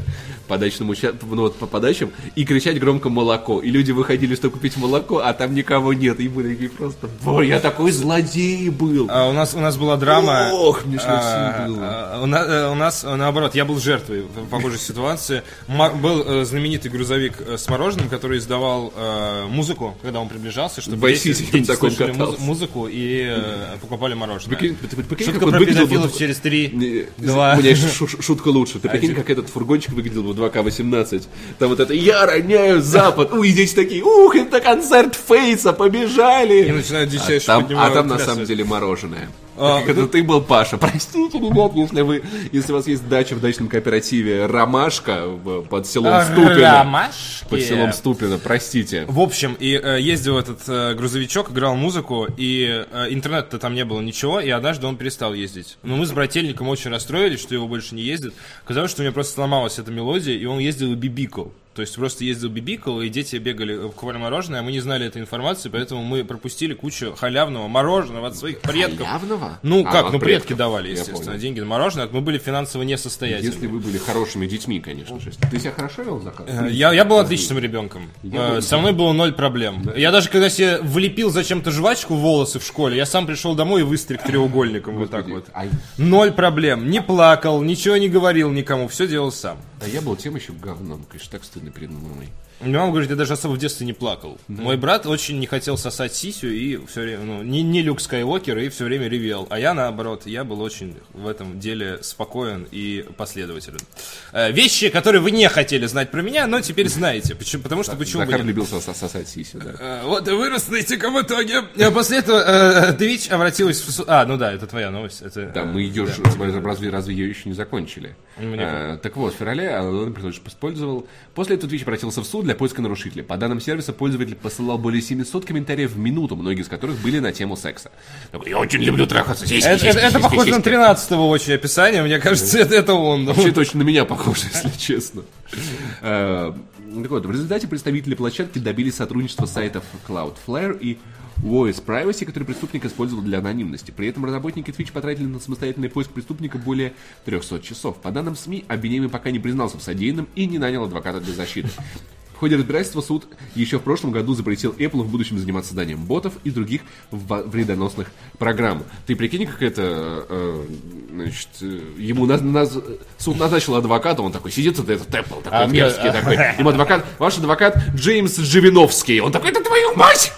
Speaker 2: по дачным уча- ну, вот по, по дачам и кричать громко молоко. И люди выходили, что купить молоко, а там никого нет. И были такие просто, бой, я такой злодей был.
Speaker 1: А, у нас у нас была драма.
Speaker 2: Ох, мне ж так
Speaker 1: А,
Speaker 2: сильно было.
Speaker 1: а, у, на- э, у нас э, наоборот, я был жертвой в похожей ситуации. Ма- был э, знаменитый грузовик э, с мороженым, который издавал э, музыку, когда он приближался, чтобы
Speaker 2: Vice
Speaker 1: дети,
Speaker 2: <laughs> City
Speaker 1: дети
Speaker 2: таком
Speaker 1: слышали
Speaker 2: катался.
Speaker 1: музы- музыку и э, покупали мороженое.
Speaker 2: Прикинь, ты- ты прикинь,
Speaker 1: Шутка
Speaker 2: как он
Speaker 1: про
Speaker 2: выглядел
Speaker 1: педофилов
Speaker 2: вот-
Speaker 1: через три,
Speaker 2: Не,
Speaker 1: два.
Speaker 2: У меня есть шу- шутка лучше. Ты прикинь, как этот фургончик выглядел в 2К18. Там вот это «Я роняю Запад!» Уй, дети такие «Ух, это концерт Фейса! Побежали!»
Speaker 1: <laughs> И начинают
Speaker 2: а
Speaker 1: дичайше
Speaker 2: там,
Speaker 1: поднимать
Speaker 2: а там на
Speaker 1: плясы.
Speaker 2: самом деле мороженое.
Speaker 1: А,
Speaker 2: Как это ты был, Паша. Простите, ребят, если вы, если у вас есть дача в дачном кооперативе «Ромашка» в- под селом Ступино.
Speaker 1: Ромашки.
Speaker 2: Под селом Ступино, простите.
Speaker 1: В общем, и э, ездил этот э, грузовичок, играл музыку, и э, интернета-то там не было ничего, и однажды он перестал ездить. Но мы с брательником очень расстроились, что его больше не ездит. Казалось, что у него просто сломалась эта мелодия, и он ездил и бибикал. То есть просто ездил бибикал, и дети бегали, покупали мороженое, а мы не знали этой информации, поэтому мы пропустили кучу халявного мороженого от своих предков.
Speaker 2: Явного?
Speaker 1: Ну
Speaker 2: А,
Speaker 1: как,
Speaker 2: от
Speaker 1: ну предки
Speaker 2: предков,
Speaker 1: давали,
Speaker 2: я
Speaker 1: естественно,
Speaker 2: понял.
Speaker 1: деньги на мороженое. Мы были финансово несостоятельны.
Speaker 2: Если вы были хорошими детьми, конечно же. Ты себя хорошо вел, Захар?
Speaker 1: Э, Я, я был отличным ребенком.
Speaker 2: Я
Speaker 1: Э,
Speaker 2: был-
Speaker 1: Со мной было ноль проблем. Я даже когда себе влепил зачем-то жвачку в волосы в школе, я сам пришел домой и выстриг треугольником вот так вот.
Speaker 2: Ай,
Speaker 1: Ноль проблем. Не плакал, ничего не говорил никому, все делал сам.
Speaker 2: а я был тем еще говном, конечно, так стыдно перед мамой.
Speaker 1: Мне мама говорит, я даже особо в детстве не плакал. Мой брат очень не хотел сосать сисю и все время, ну, не, не Люк Скайуокер и все время ревел. А я наоборот, я был очень в этом деле спокоен и последователен. Э, вещи, которые вы не хотели знать про меня, но теперь знаете. Почему, потому что почему бы
Speaker 2: Захар
Speaker 1: нет?
Speaker 2: любил сос- сосать сиси, да.
Speaker 1: Э, Вот и вырос на этиком итоге. Э, После этого э, Твич обратилась в суд. А, ну да, это твоя новость. Это...
Speaker 2: Да, мы ее ж- разве, разве ее еще не закончили?
Speaker 1: Мне
Speaker 2: А, так вот, в феврале Алан Петрович использовал. После этого Twitch обратился в суд для поиска нарушителя. По данным сервиса, пользователь посылал более 700 комментариев в минуту, многие из которых были на тему секса. Такой, Я очень люблю трахаться. Сиськи,
Speaker 1: Это,
Speaker 2: сиськи,
Speaker 1: это- это
Speaker 2: сиськи,
Speaker 1: похоже на
Speaker 2: сиськи».
Speaker 1: 13 очень описание. Мне кажется, это, это он.
Speaker 2: Вообще точно на меня похоже, <laughs> если честно. Э, Так вот, в результате представители площадки добились сотрудничества сайтов Cloudflare и Voice Privacy, который преступник использовал для анонимности. При этом разработники Twitch потратили на самостоятельный поиск преступника более 300 часов. По данным СМИ, обвиняемый пока не признался в содеянном и не нанял адвоката для защиты. В ходе разбирательства суд еще в прошлом году запретил Apple в будущем заниматься созданием ботов и других ва- вредоносных программ. Ты прикинь, как это, э, значит, э, ему наз- наз- суд назначил адвоката, он такой сидит, это этот Apple, такой
Speaker 1: А,
Speaker 2: мерзкий,
Speaker 1: да.
Speaker 2: такой. Им адвокат, ваш адвокат Джеймс Дживиновский. Он такой, это твою мать!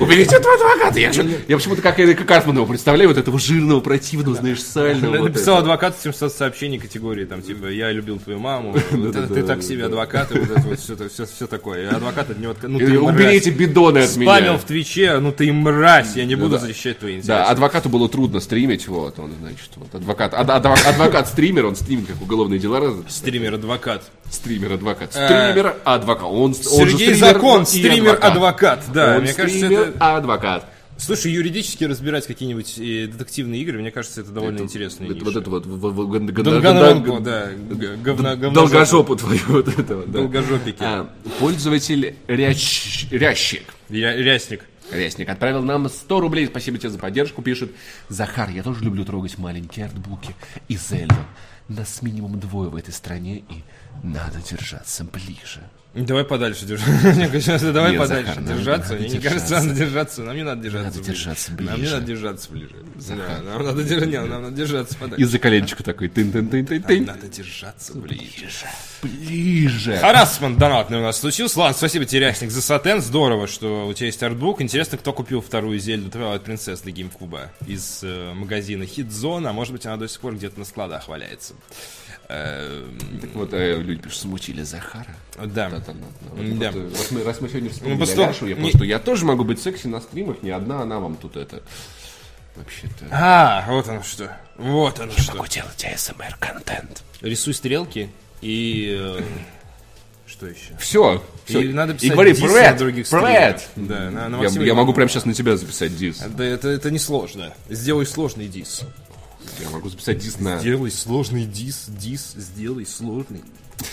Speaker 2: Уберите этого адвоката! Я, чё- я почему-то как Эрика Карфмана его представляю, вот этого жирного, противного, знаешь, сального. вот
Speaker 1: Написал адвокат 700 сообений категории, там, типа, я любил твою маму, вот это ты так себе адвокат, и вот это вот все, такое. И Адвокат от него, отка- ну
Speaker 2: этого.
Speaker 1: ты
Speaker 2: Уберите
Speaker 1: мразь.
Speaker 2: бидоны от меня. Ну
Speaker 1: Спамил в Твиче, ну ты мразь, я не буду защищать твои
Speaker 2: Да,
Speaker 1: интересы.
Speaker 2: адвокату было трудно стримить, вот, он, значит, вот, адвокат, ад- адвок- адвокат-стример, он стримит, как уголовные дела, раз-
Speaker 1: Стример-адвокат.
Speaker 2: стример-адвокат, стример-адвокат, он, он же
Speaker 1: Э. Сергей
Speaker 2: стример
Speaker 1: Закон,
Speaker 2: и
Speaker 1: стример-адвокат, да,
Speaker 2: Он
Speaker 1: мне кажется, это...
Speaker 2: стример-адвокат.
Speaker 1: Слушай, юридически разбирать какие-нибудь э, детективные игры, мне кажется, это довольно интересно.
Speaker 2: Это вот это вот, в- в- гон- гон-
Speaker 1: Долгононку,
Speaker 2: гон-
Speaker 1: да, г- говно- говножопу.
Speaker 2: долгожопу твою <laughs> вот этого, да.
Speaker 1: Долгожопики.
Speaker 2: А, Пользователь Рящ- Рящик.
Speaker 1: Я- Рясник.
Speaker 2: Рясник отправил нам 100 рублей. Спасибо тебе за поддержку. Пишет Захар, я тоже люблю трогать маленькие артбуки и Зельду. Нас минимум двое в этой стране, и надо держаться ближе.
Speaker 1: Давай подальше держаться. <laughs> Мне кажется, Давай
Speaker 2: Нет,
Speaker 1: подальше
Speaker 2: Захар, нам
Speaker 1: держаться.
Speaker 2: надо
Speaker 1: Мне не кажется,
Speaker 2: держаться.
Speaker 1: надо держаться. Нам не надо держаться.
Speaker 2: Надо держаться
Speaker 1: Нам не
Speaker 2: ближе.
Speaker 1: надо держаться ближе. Да, Нам надо держ- не, нам надо держаться подальше.
Speaker 2: Из-за коленочка такой тын-тын-тын-тын-тын.
Speaker 1: Надо держаться ближе.
Speaker 2: Ближе.
Speaker 1: Харасман донатный у нас случился. Ладно, спасибо тебе, Рясник, за сатен. Здорово, что у тебя есть артбук. Интересно, кто купил вторую зельду Twilight от принцессы Геймкуба из э, магазина Хитзона. А может быть, она до сих пор где-то на складах валяется. Эм,
Speaker 2: Вот э, люди пишут, смутили Захара.
Speaker 1: Да. Да.
Speaker 2: Да. Вот мы, раз мы сегодня вспомнили
Speaker 1: Ну, просто-
Speaker 2: Ляшу, я
Speaker 1: не-
Speaker 2: просто, я тоже могу быть секси на стримах, не одна она вам тут это. Вообще-то.
Speaker 1: А, вот оно что. Вот оно что.
Speaker 2: Могу делать эм АСМР-контент.
Speaker 1: Рисуй стрелки и... э, Что еще?
Speaker 2: Все.
Speaker 1: И надо писать
Speaker 2: говори,
Speaker 1: дисс
Speaker 2: привет,
Speaker 1: на других
Speaker 2: привет.
Speaker 1: стримах. Да, на- на
Speaker 2: Я,
Speaker 1: Максима
Speaker 2: я могу
Speaker 1: Иванова.
Speaker 2: прямо сейчас на тебя записать дис.
Speaker 1: Да это, это не сложно. Сделай сложный дис.
Speaker 2: Я могу записать дис на... Ну,
Speaker 1: Сделай сложный дис, дис, сделай сложный.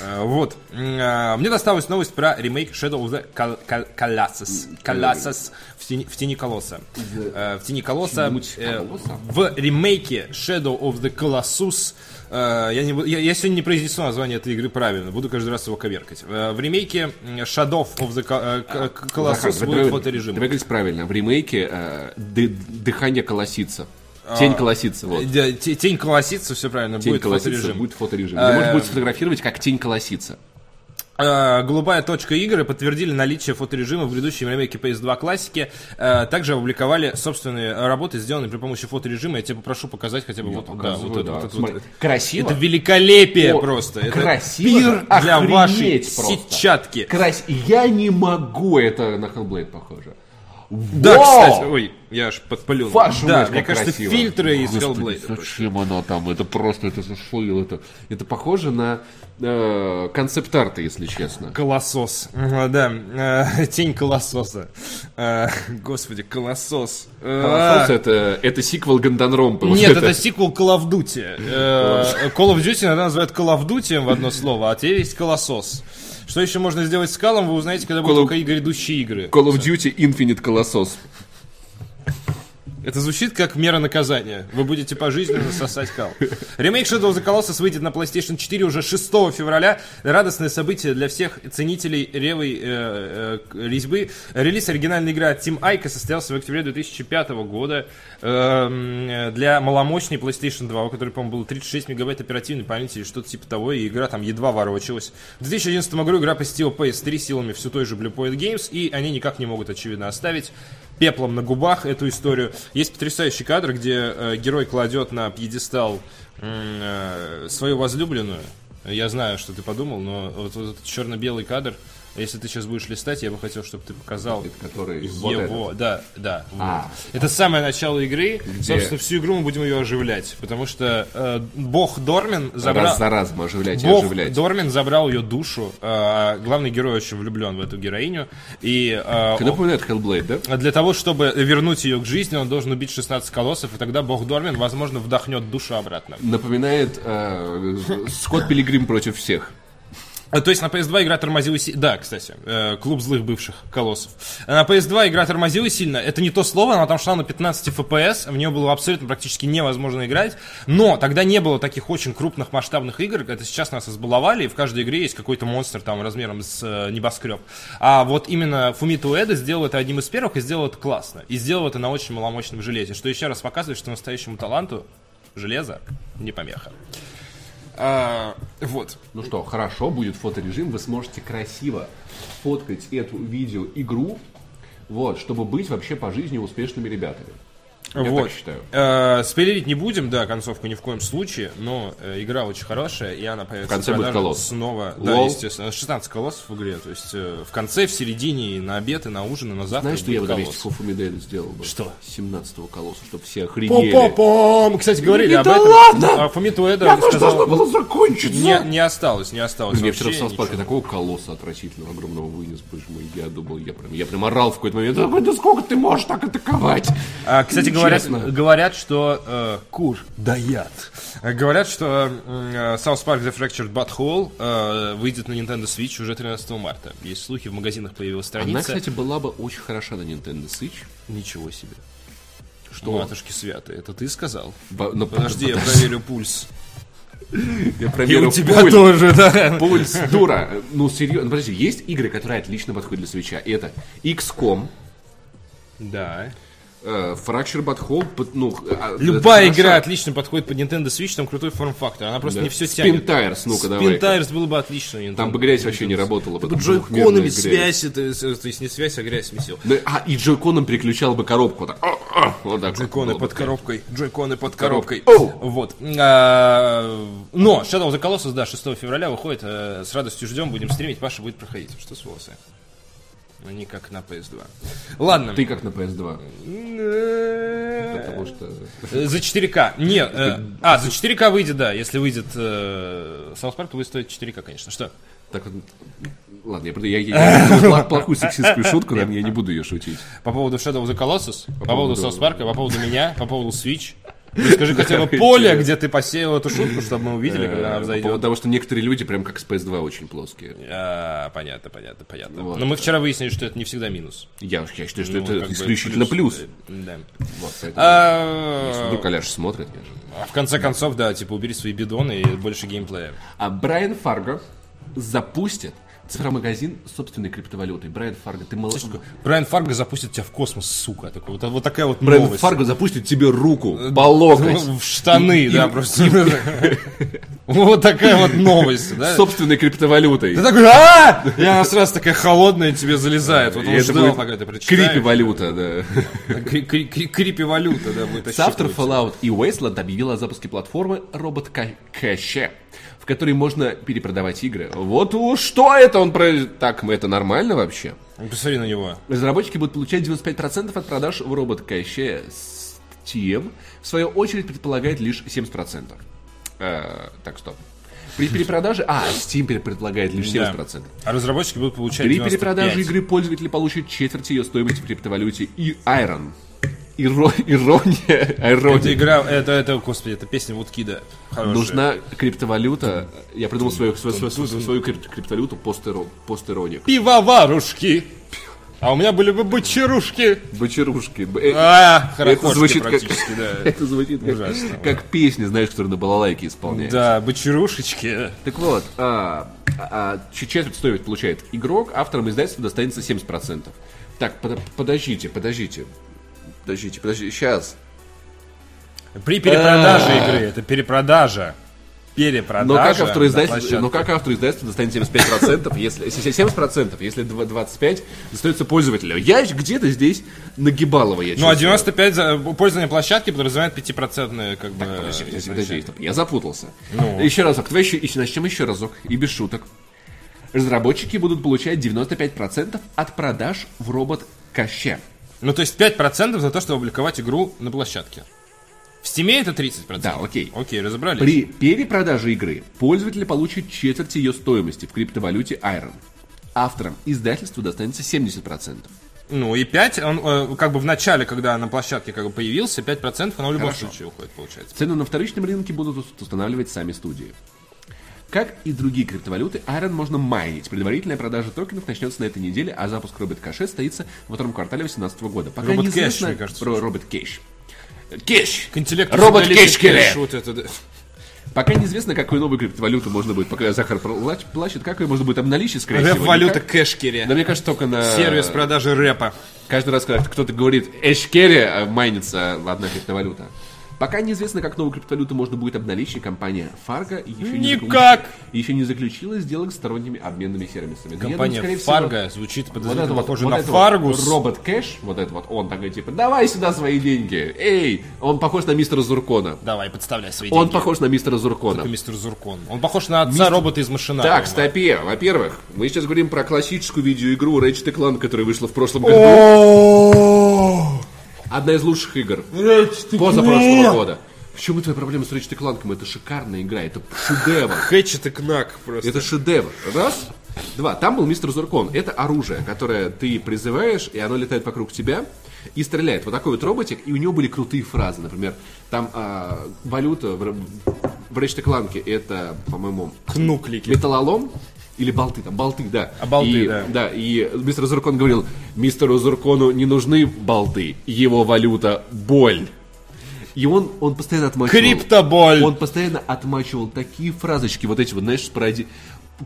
Speaker 1: А, Вот. М, а, Мне досталась новость про ремейк Shadow of the Col- Col- Colossus.
Speaker 2: э,
Speaker 1: Colossus в тени, в тени колосса. Э, В тени колосса.
Speaker 2: Тянуть
Speaker 1: э,
Speaker 2: колосса?
Speaker 1: В ремейке Shadow of the Colossus. э, Я, не, буду- я, я сегодня не произнесу название этой игры правильно, буду каждый раз его коверкать. Э, В ремейке м, Shadow of the Co- э, Co-
Speaker 2: Захар,
Speaker 1: Colossus
Speaker 2: А, ну, давай-
Speaker 1: будет
Speaker 2: давай-
Speaker 1: фоторежим.
Speaker 2: Давай говорить правильно. В ремейке э, ды- дыхание колосится.
Speaker 1: А.
Speaker 2: Тень колосится, вот.
Speaker 1: Э, те- Тень колосится, все правильно,
Speaker 2: Тень
Speaker 1: будет
Speaker 2: колосится,
Speaker 1: фоторежим.
Speaker 2: будет фоторежим.
Speaker 1: Э,
Speaker 2: Ты можешь будет сфотографировать, как тень колосится.
Speaker 1: Э, Голубая точка игры подтвердили наличие фоторежима в грядущем ремейке PS2 классики. Э, Также опубликовали собственные работы, сделанные при помощи фоторежима. Я тебя попрошу показать хотя бы вот, да,
Speaker 2: показываю,
Speaker 1: вот это,
Speaker 2: да.
Speaker 1: вот это
Speaker 2: Смотри,
Speaker 1: вот.
Speaker 2: красиво.
Speaker 1: Это великолепие
Speaker 2: О,
Speaker 1: просто. Это
Speaker 2: красиво.
Speaker 1: пир для
Speaker 2: Охренеть
Speaker 1: вашей
Speaker 2: просто.
Speaker 1: сетчатки.
Speaker 2: Крась, я не могу, это на Hellblade похоже.
Speaker 1: Да,
Speaker 2: Вау!
Speaker 1: кстати, ой, я аж подпалил.
Speaker 2: Фарш у
Speaker 1: да,
Speaker 2: нас
Speaker 1: мне
Speaker 2: как
Speaker 1: кажется,
Speaker 2: красиво.
Speaker 1: фильтры из
Speaker 2: Господи,
Speaker 1: Hellblade.
Speaker 2: Зачем она там? Это просто, это зашло, это, это похоже на э, концепт-арты, если честно.
Speaker 1: Колосос. Ага, Да, э, <laughs> тень колососа. Э, Господи, колосос. Э,
Speaker 2: Колоссус это, это сиквел Гандонромпы. Вот
Speaker 1: Нет, это сиквел Call of Duty. Э, Call of Duty иногда называют Call of Duty в одно слово, а теперь есть колосос. Что еще можно сделать с Калом, вы узнаете, когда будут
Speaker 2: Call of-
Speaker 1: только и грядущие игры.
Speaker 2: Call of Duty Infinite Колоссос.
Speaker 1: Это звучит как мера наказания. Вы будете пожизненно сосать кал. Ремейк Shadow of the Colossus выйдет на PlayStation 4 уже 6 февраля. Радостное событие для всех ценителей ревой э, э, резьбы. Релиз оригинальной игры от Team Ico состоялся в октябре 2005 года эм, для маломощной PlayStation 2, у которой, по-моему, было 36 мегабайт оперативной памяти или что-то типа того, и игра там едва ворочалась. В 2011 году игра посетила PS3 силами все той же Blue Point Games, и они никак не могут, очевидно, оставить пеплом на губах эту историю. Есть потрясающий кадр, где э, герой кладет на пьедестал м, э, свою возлюбленную. Я знаю, что ты подумал, но вот, вот этот черно-белый кадр, если ты сейчас будешь листать, я бы хотел, чтобы ты показал
Speaker 2: Это который... вот этот.
Speaker 1: его. да, да. вот.
Speaker 2: А.
Speaker 1: Это самое начало игры. Собственно, всю игру мы будем ее оживлять, потому что э, бог Дормин забрал...
Speaker 2: Раз за разом оживлять и
Speaker 1: Бог
Speaker 2: оживлять.
Speaker 1: Дормин забрал ее душу. Э, главный герой очень влюблен в эту героиню. И э,
Speaker 2: Это напоминает Hellblade, да?
Speaker 1: а Для того, чтобы вернуть ее к жизни, он должен убить 16 колоссов, и тогда бог Дормин, возможно, вдохнет душу обратно.
Speaker 2: Напоминает э, Скотт Пилигрим против всех.
Speaker 1: А, То есть на PS2 игра тормозила сильно. Да, кстати, э, клуб злых бывших колоссов. А На PS2 игра тормозила сильно. Это не то слово, она там шла на 15 FPS, в нее было абсолютно практически невозможно играть. Но тогда не было таких очень крупных масштабных игр. Это сейчас нас избаловали, и в каждой игре есть какой-то монстр там размером с э, небоскреб. А вот именно Фумиту Эда сделал это одним из первых и сделал это классно. И сделал это на очень маломощном железе, что еще раз показывает, что настоящему таланту железо не помеха. А, вот.
Speaker 2: Ну что, хорошо, будет фоторежим, вы сможете красиво фоткать эту видеоигру, вот, чтобы быть вообще по жизни успешными ребятами. Я
Speaker 1: Вот.
Speaker 2: так считаю.
Speaker 1: Э, спойлерить не будем, да, концовку ни в коем случае, но э, игра очень хорошая, и она появится
Speaker 2: В конце
Speaker 1: в
Speaker 2: будет
Speaker 1: продаже
Speaker 2: колосс.
Speaker 1: снова. Да,
Speaker 2: Лол.
Speaker 1: естественно. 16 колоссов в игре, то есть э, в конце, в середине, и на обед, и на ужин, и на завтрак
Speaker 2: Знаешь, что я бы
Speaker 1: будет
Speaker 2: на
Speaker 1: колосс.
Speaker 2: месте Фуфумидель сделал бы?
Speaker 1: Что?
Speaker 2: 17-го колосса, чтобы все охренели.
Speaker 1: Пом-пом-пом! Кстати, говорили
Speaker 2: Да
Speaker 1: об этом.
Speaker 2: ладно!
Speaker 1: А Фумиту Эда
Speaker 2: Я тоже
Speaker 1: сказал-
Speaker 2: должно было закончиться!
Speaker 1: Не, не осталось, не осталось.
Speaker 2: А Мне вчера в
Speaker 1: вообще
Speaker 2: Саус-парке
Speaker 1: ничего.
Speaker 2: такого колосса отвратительного, огромного вынес, боже мой, я думал, я прям, я прям орал в какой-то момент, «Да хоть да сколько ты можешь так атаковать?
Speaker 1: А, кстати,
Speaker 2: Ну,
Speaker 1: говорят,
Speaker 2: честно.
Speaker 1: говорят, что э, кур да яд. Э, Говорят, что м, э, South Park The Fractured Butthole э, выйдет на Nintendo Switch уже 13 марта. Есть слухи, в магазинах появилась страница.
Speaker 2: Она, кстати, была бы очень хороша на Nintendo Switch.
Speaker 1: Ничего себе.
Speaker 2: Что?
Speaker 1: Матушки святые, это ты сказал?
Speaker 2: Бо- но
Speaker 1: Подожди, я
Speaker 2: ну, подожди.
Speaker 1: проверю
Speaker 2: <laughs>
Speaker 1: пульс.
Speaker 2: Я проверил пульс.
Speaker 1: тоже, да.
Speaker 2: Пульс, дура. Ну, серьезно. Подожди, есть игры, которые отлично подходят для свеча. Это XCOM,
Speaker 1: Да.
Speaker 2: э, Fracture But Hole, под- ну, а,
Speaker 1: Любая
Speaker 2: это
Speaker 1: игра
Speaker 2: хороша.
Speaker 1: отлично подходит под Nintendo Switch, там крутой форм-фактор. Она просто
Speaker 2: Да.
Speaker 1: не все
Speaker 2: Spin
Speaker 1: тянет.
Speaker 2: Tires, ну-ка,
Speaker 1: Spin
Speaker 2: давай-ка.
Speaker 1: Tires было бы отлично. на Nintendo.
Speaker 2: Там бы грязь вообще не работала.
Speaker 1: Ты
Speaker 2: бы,
Speaker 1: бы
Speaker 2: там
Speaker 1: джойконами
Speaker 2: двухмерная грязь.
Speaker 1: связь, это, э, то есть не связь, а грязь смесил.
Speaker 2: Да, А, и джойконом переключал бы коробку. Так. а, а, Вот так вот
Speaker 1: Джойконы
Speaker 2: было бы.
Speaker 1: под коробкой. Джойконы под коробкой.
Speaker 2: Оу.
Speaker 1: Вот. А, Но Shadow of the Colossus, да, 6 февраля выходит. э, С радостью ждем, будем стримить. Паша будет проходить. Что с волосами? Они как на PS2. Ладно.
Speaker 2: Ты как на PS2. Потому
Speaker 1: Э,
Speaker 2: что...
Speaker 1: За 4К. Не, э, а, за 4К выйдет, да. Если выйдет э, South Park, то будет стоить 4К, конечно. Что?
Speaker 2: Так вот... Ладно, я, я,
Speaker 1: <laughs>
Speaker 2: я- я сделал пла- плохую сексистскую шутку, наверное, я не буду ее шутить.
Speaker 1: По поводу Shadow of the Colossus, по, поводу
Speaker 2: поводу-
Speaker 1: South Park, по
Speaker 2: <laughs>
Speaker 1: поводу меня, по поводу Switch. Ну, Скажи хотя бы поле, где ты посеял эту шутку, чтобы мы увидели, когда она
Speaker 2: Э, по поводу
Speaker 1: взойдет.
Speaker 2: Потому что некоторые люди прям как с PS2 очень плоские.
Speaker 1: А, понятно, понятно, понятно.
Speaker 2: Вот.
Speaker 1: Но мы вчера выяснили, что это не всегда минус.
Speaker 2: Я, я считаю, что
Speaker 1: Ну,
Speaker 2: это
Speaker 1: как бы
Speaker 2: исключительно плюс.
Speaker 1: Да.
Speaker 2: Вот, поэтому, если
Speaker 1: А,
Speaker 2: вдруг Аляш смотрит, я же...
Speaker 1: а в конце концов, да, типа убери свои бидоны и больше геймплея.
Speaker 2: А Брайан Фарго запустит цифромагазин с собственной криптовалютой. Брайан Фарго, ты молодец.
Speaker 1: Брайан Фарго запустит тебя в космос, сука. Такой, вот, вот такая вот
Speaker 2: Брайан
Speaker 1: новость. Э,
Speaker 2: Фарго запустит тебе руку по
Speaker 1: <laughs>
Speaker 2: локоть.
Speaker 1: В штаны, да, просто. <laughs> Вот такая вот новость, да?
Speaker 2: С собственной криптовалютой.
Speaker 1: Ты такой, а И она сразу такая холодная тебе залезает. Вот
Speaker 2: И
Speaker 1: он
Speaker 2: это
Speaker 1: ждал,
Speaker 2: будет
Speaker 1: пока ты прочитаешь.
Speaker 2: крипи-валюта, да.
Speaker 1: Кри- кри- кри- Крипи-валюта, да, будет
Speaker 2: Соавтор
Speaker 1: ощупывать.
Speaker 2: Fallout и Wasteland объявила о запуске платформы Robot Ca- Cache, в которой можно перепродавать игры. Вот уж что это он про... Так, мы это нормально вообще?
Speaker 1: Посмотри на него.
Speaker 2: Разработчики будут получать 95% от продаж выработка, еще Steam, в свою очередь, предполагает лишь 70%. Э, так, стоп. При перепродаже... А, Steam пере- предполагает лишь 70%.
Speaker 1: Да. А разработчики будут получать
Speaker 2: При
Speaker 1: 95.
Speaker 2: перепродаже игры пользователи получат четверть ее стоимости в криптовалюте и Iron. Иро- Ирония.
Speaker 1: Это
Speaker 2: Ирония.
Speaker 1: игра, это, это, господи, это песня Вудкида. Хорошая.
Speaker 2: Нужна криптовалюта. Я придумал свою, свою, свою, свою, свою крип- криптовалюту постеро- постероник.
Speaker 1: Пивоварушки. А у меня были бы бочерушки.
Speaker 2: Бочарушки. Б- э,
Speaker 1: А, хорошо,
Speaker 2: звучит как-
Speaker 1: практически, да.
Speaker 2: <laughs> Это звучит как,
Speaker 1: Ужасно,
Speaker 2: как песня, знаешь, которую на балалайке исполняют.
Speaker 1: Да, бочерушечки.
Speaker 2: Так вот, а, а, а, че- четверть стоимость получает игрок, авторам издательства достанется 70%. Так, под- подождите, подождите. Подождите, подождите, сейчас.
Speaker 1: При перепродаже игры, это перепродажа. Перепродажа.
Speaker 2: Но А. Ну, как, автор
Speaker 1: на
Speaker 2: издательства,
Speaker 1: площадке.
Speaker 2: но как автору издательства достанет 75%, если, если 70%, если дв- 25% достается пользователю? Я где-то здесь нагибалово, я
Speaker 1: Ну, а
Speaker 2: чувствую.
Speaker 1: 95 за э, пользование площадки подразумевает 5% как бы...
Speaker 2: Подожди, подожди,
Speaker 1: значение.
Speaker 2: подожди, Ну. стоп, Э, я запутался. Еще разок, давай еще, еще- начнем еще разок, и без шуток. Разработчики будут получать 95% от продаж в робот-каще.
Speaker 1: Ну, то есть 5% за то, чтобы опубликовать игру на площадке. В Стиме это 30%.
Speaker 2: Да, окей.
Speaker 1: Окей, разобрались.
Speaker 2: При перепродаже игры пользователи получат четверть ее стоимости в криптовалюте Iron. Авторам издательству достанется 70%.
Speaker 1: Ну, и 5, он э, как бы в начале, когда на площадке как бы появился, 5% оно в любом
Speaker 2: Хорошо.
Speaker 1: случае уходит, получается.
Speaker 2: Цену на вторичном рынке будут ус- устанавливать сами студии. Как и другие криптовалюты, Iron можно майнить. Предварительная продажа токенов начнется на этой неделе, а запуск Робот Кэше состоится во втором квартале 2018 года. Пока
Speaker 1: Робот Кэш,
Speaker 2: неизвестно
Speaker 1: мне кажется,
Speaker 2: про Робот Кэш. Кэш!
Speaker 1: К интеллекту э,
Speaker 2: Робот
Speaker 1: подали
Speaker 2: Кэш Келе!
Speaker 1: кэш, Вот это, да.
Speaker 2: Пока неизвестно, какую новую криптовалюту можно будет, пока Захар пла- плачет, как ее можно будет обналичить, скорее
Speaker 1: <laughs>
Speaker 2: всего.
Speaker 1: Рэп-валюта
Speaker 2: никак.
Speaker 1: кэшкере.
Speaker 2: Да мне кажется, только на...
Speaker 1: Сервис продажи рэпа.
Speaker 2: Каждый раз, когда кто-то говорит «Эшкере», а майнится одна криптовалюта. Пока неизвестно, как новую криптовалюту можно будет обналичить, компания Fargo еще не, заключ-
Speaker 1: Никак.
Speaker 2: еще не заключила сделок с сторонними обменными сервисами. Да я думаю,
Speaker 1: Компания
Speaker 2: скорее всего,
Speaker 1: Фарго звучит
Speaker 2: Вот
Speaker 1: подозрительно
Speaker 2: это вот,
Speaker 1: похоже
Speaker 2: вот
Speaker 1: на
Speaker 2: это
Speaker 1: Фаргус.
Speaker 2: вот робот кэш, вот этот вот, он такой типа, давай сюда свои деньги, эй, он похож на мистера Зуркона.
Speaker 1: Давай, подставляй свои
Speaker 2: Он
Speaker 1: деньги.
Speaker 2: похож на мистера Зуркона.
Speaker 1: Мистер Зуркон. Он похож на отца робота из машина.
Speaker 2: Так, стопе, во-первых, мы сейчас говорим про классическую видеоигру Ratchet Clank, которая вышла в прошлом году. Одна из лучших игр. позапрошлого года. В чем и твоя проблема с Ratchet Clank? Это шикарная игра, это шедевр.
Speaker 1: Хэтчет и Кнак просто.
Speaker 2: Это шедевр. Раз. Два. Там был мистер Зуркон. Это оружие, которое ты призываешь, и оно летает вокруг тебя и стреляет. Вот такой вот роботик, и у него были крутые фразы. Например, там а, валюта в, Р- в Ratchet Clank это, по-моему,
Speaker 1: Кнуклики.
Speaker 2: металлолом или болты, там болты, да.
Speaker 1: А, болты,
Speaker 2: И-
Speaker 1: да.
Speaker 2: Да, и мистер Зуркон говорил, мистеру Зуркону не нужны болты, его валюта – боль. И он, он постоянно отмачивал...
Speaker 1: Криптоболь.
Speaker 2: Он постоянно отмачивал такие фразочки, вот эти вот, знаешь, спради...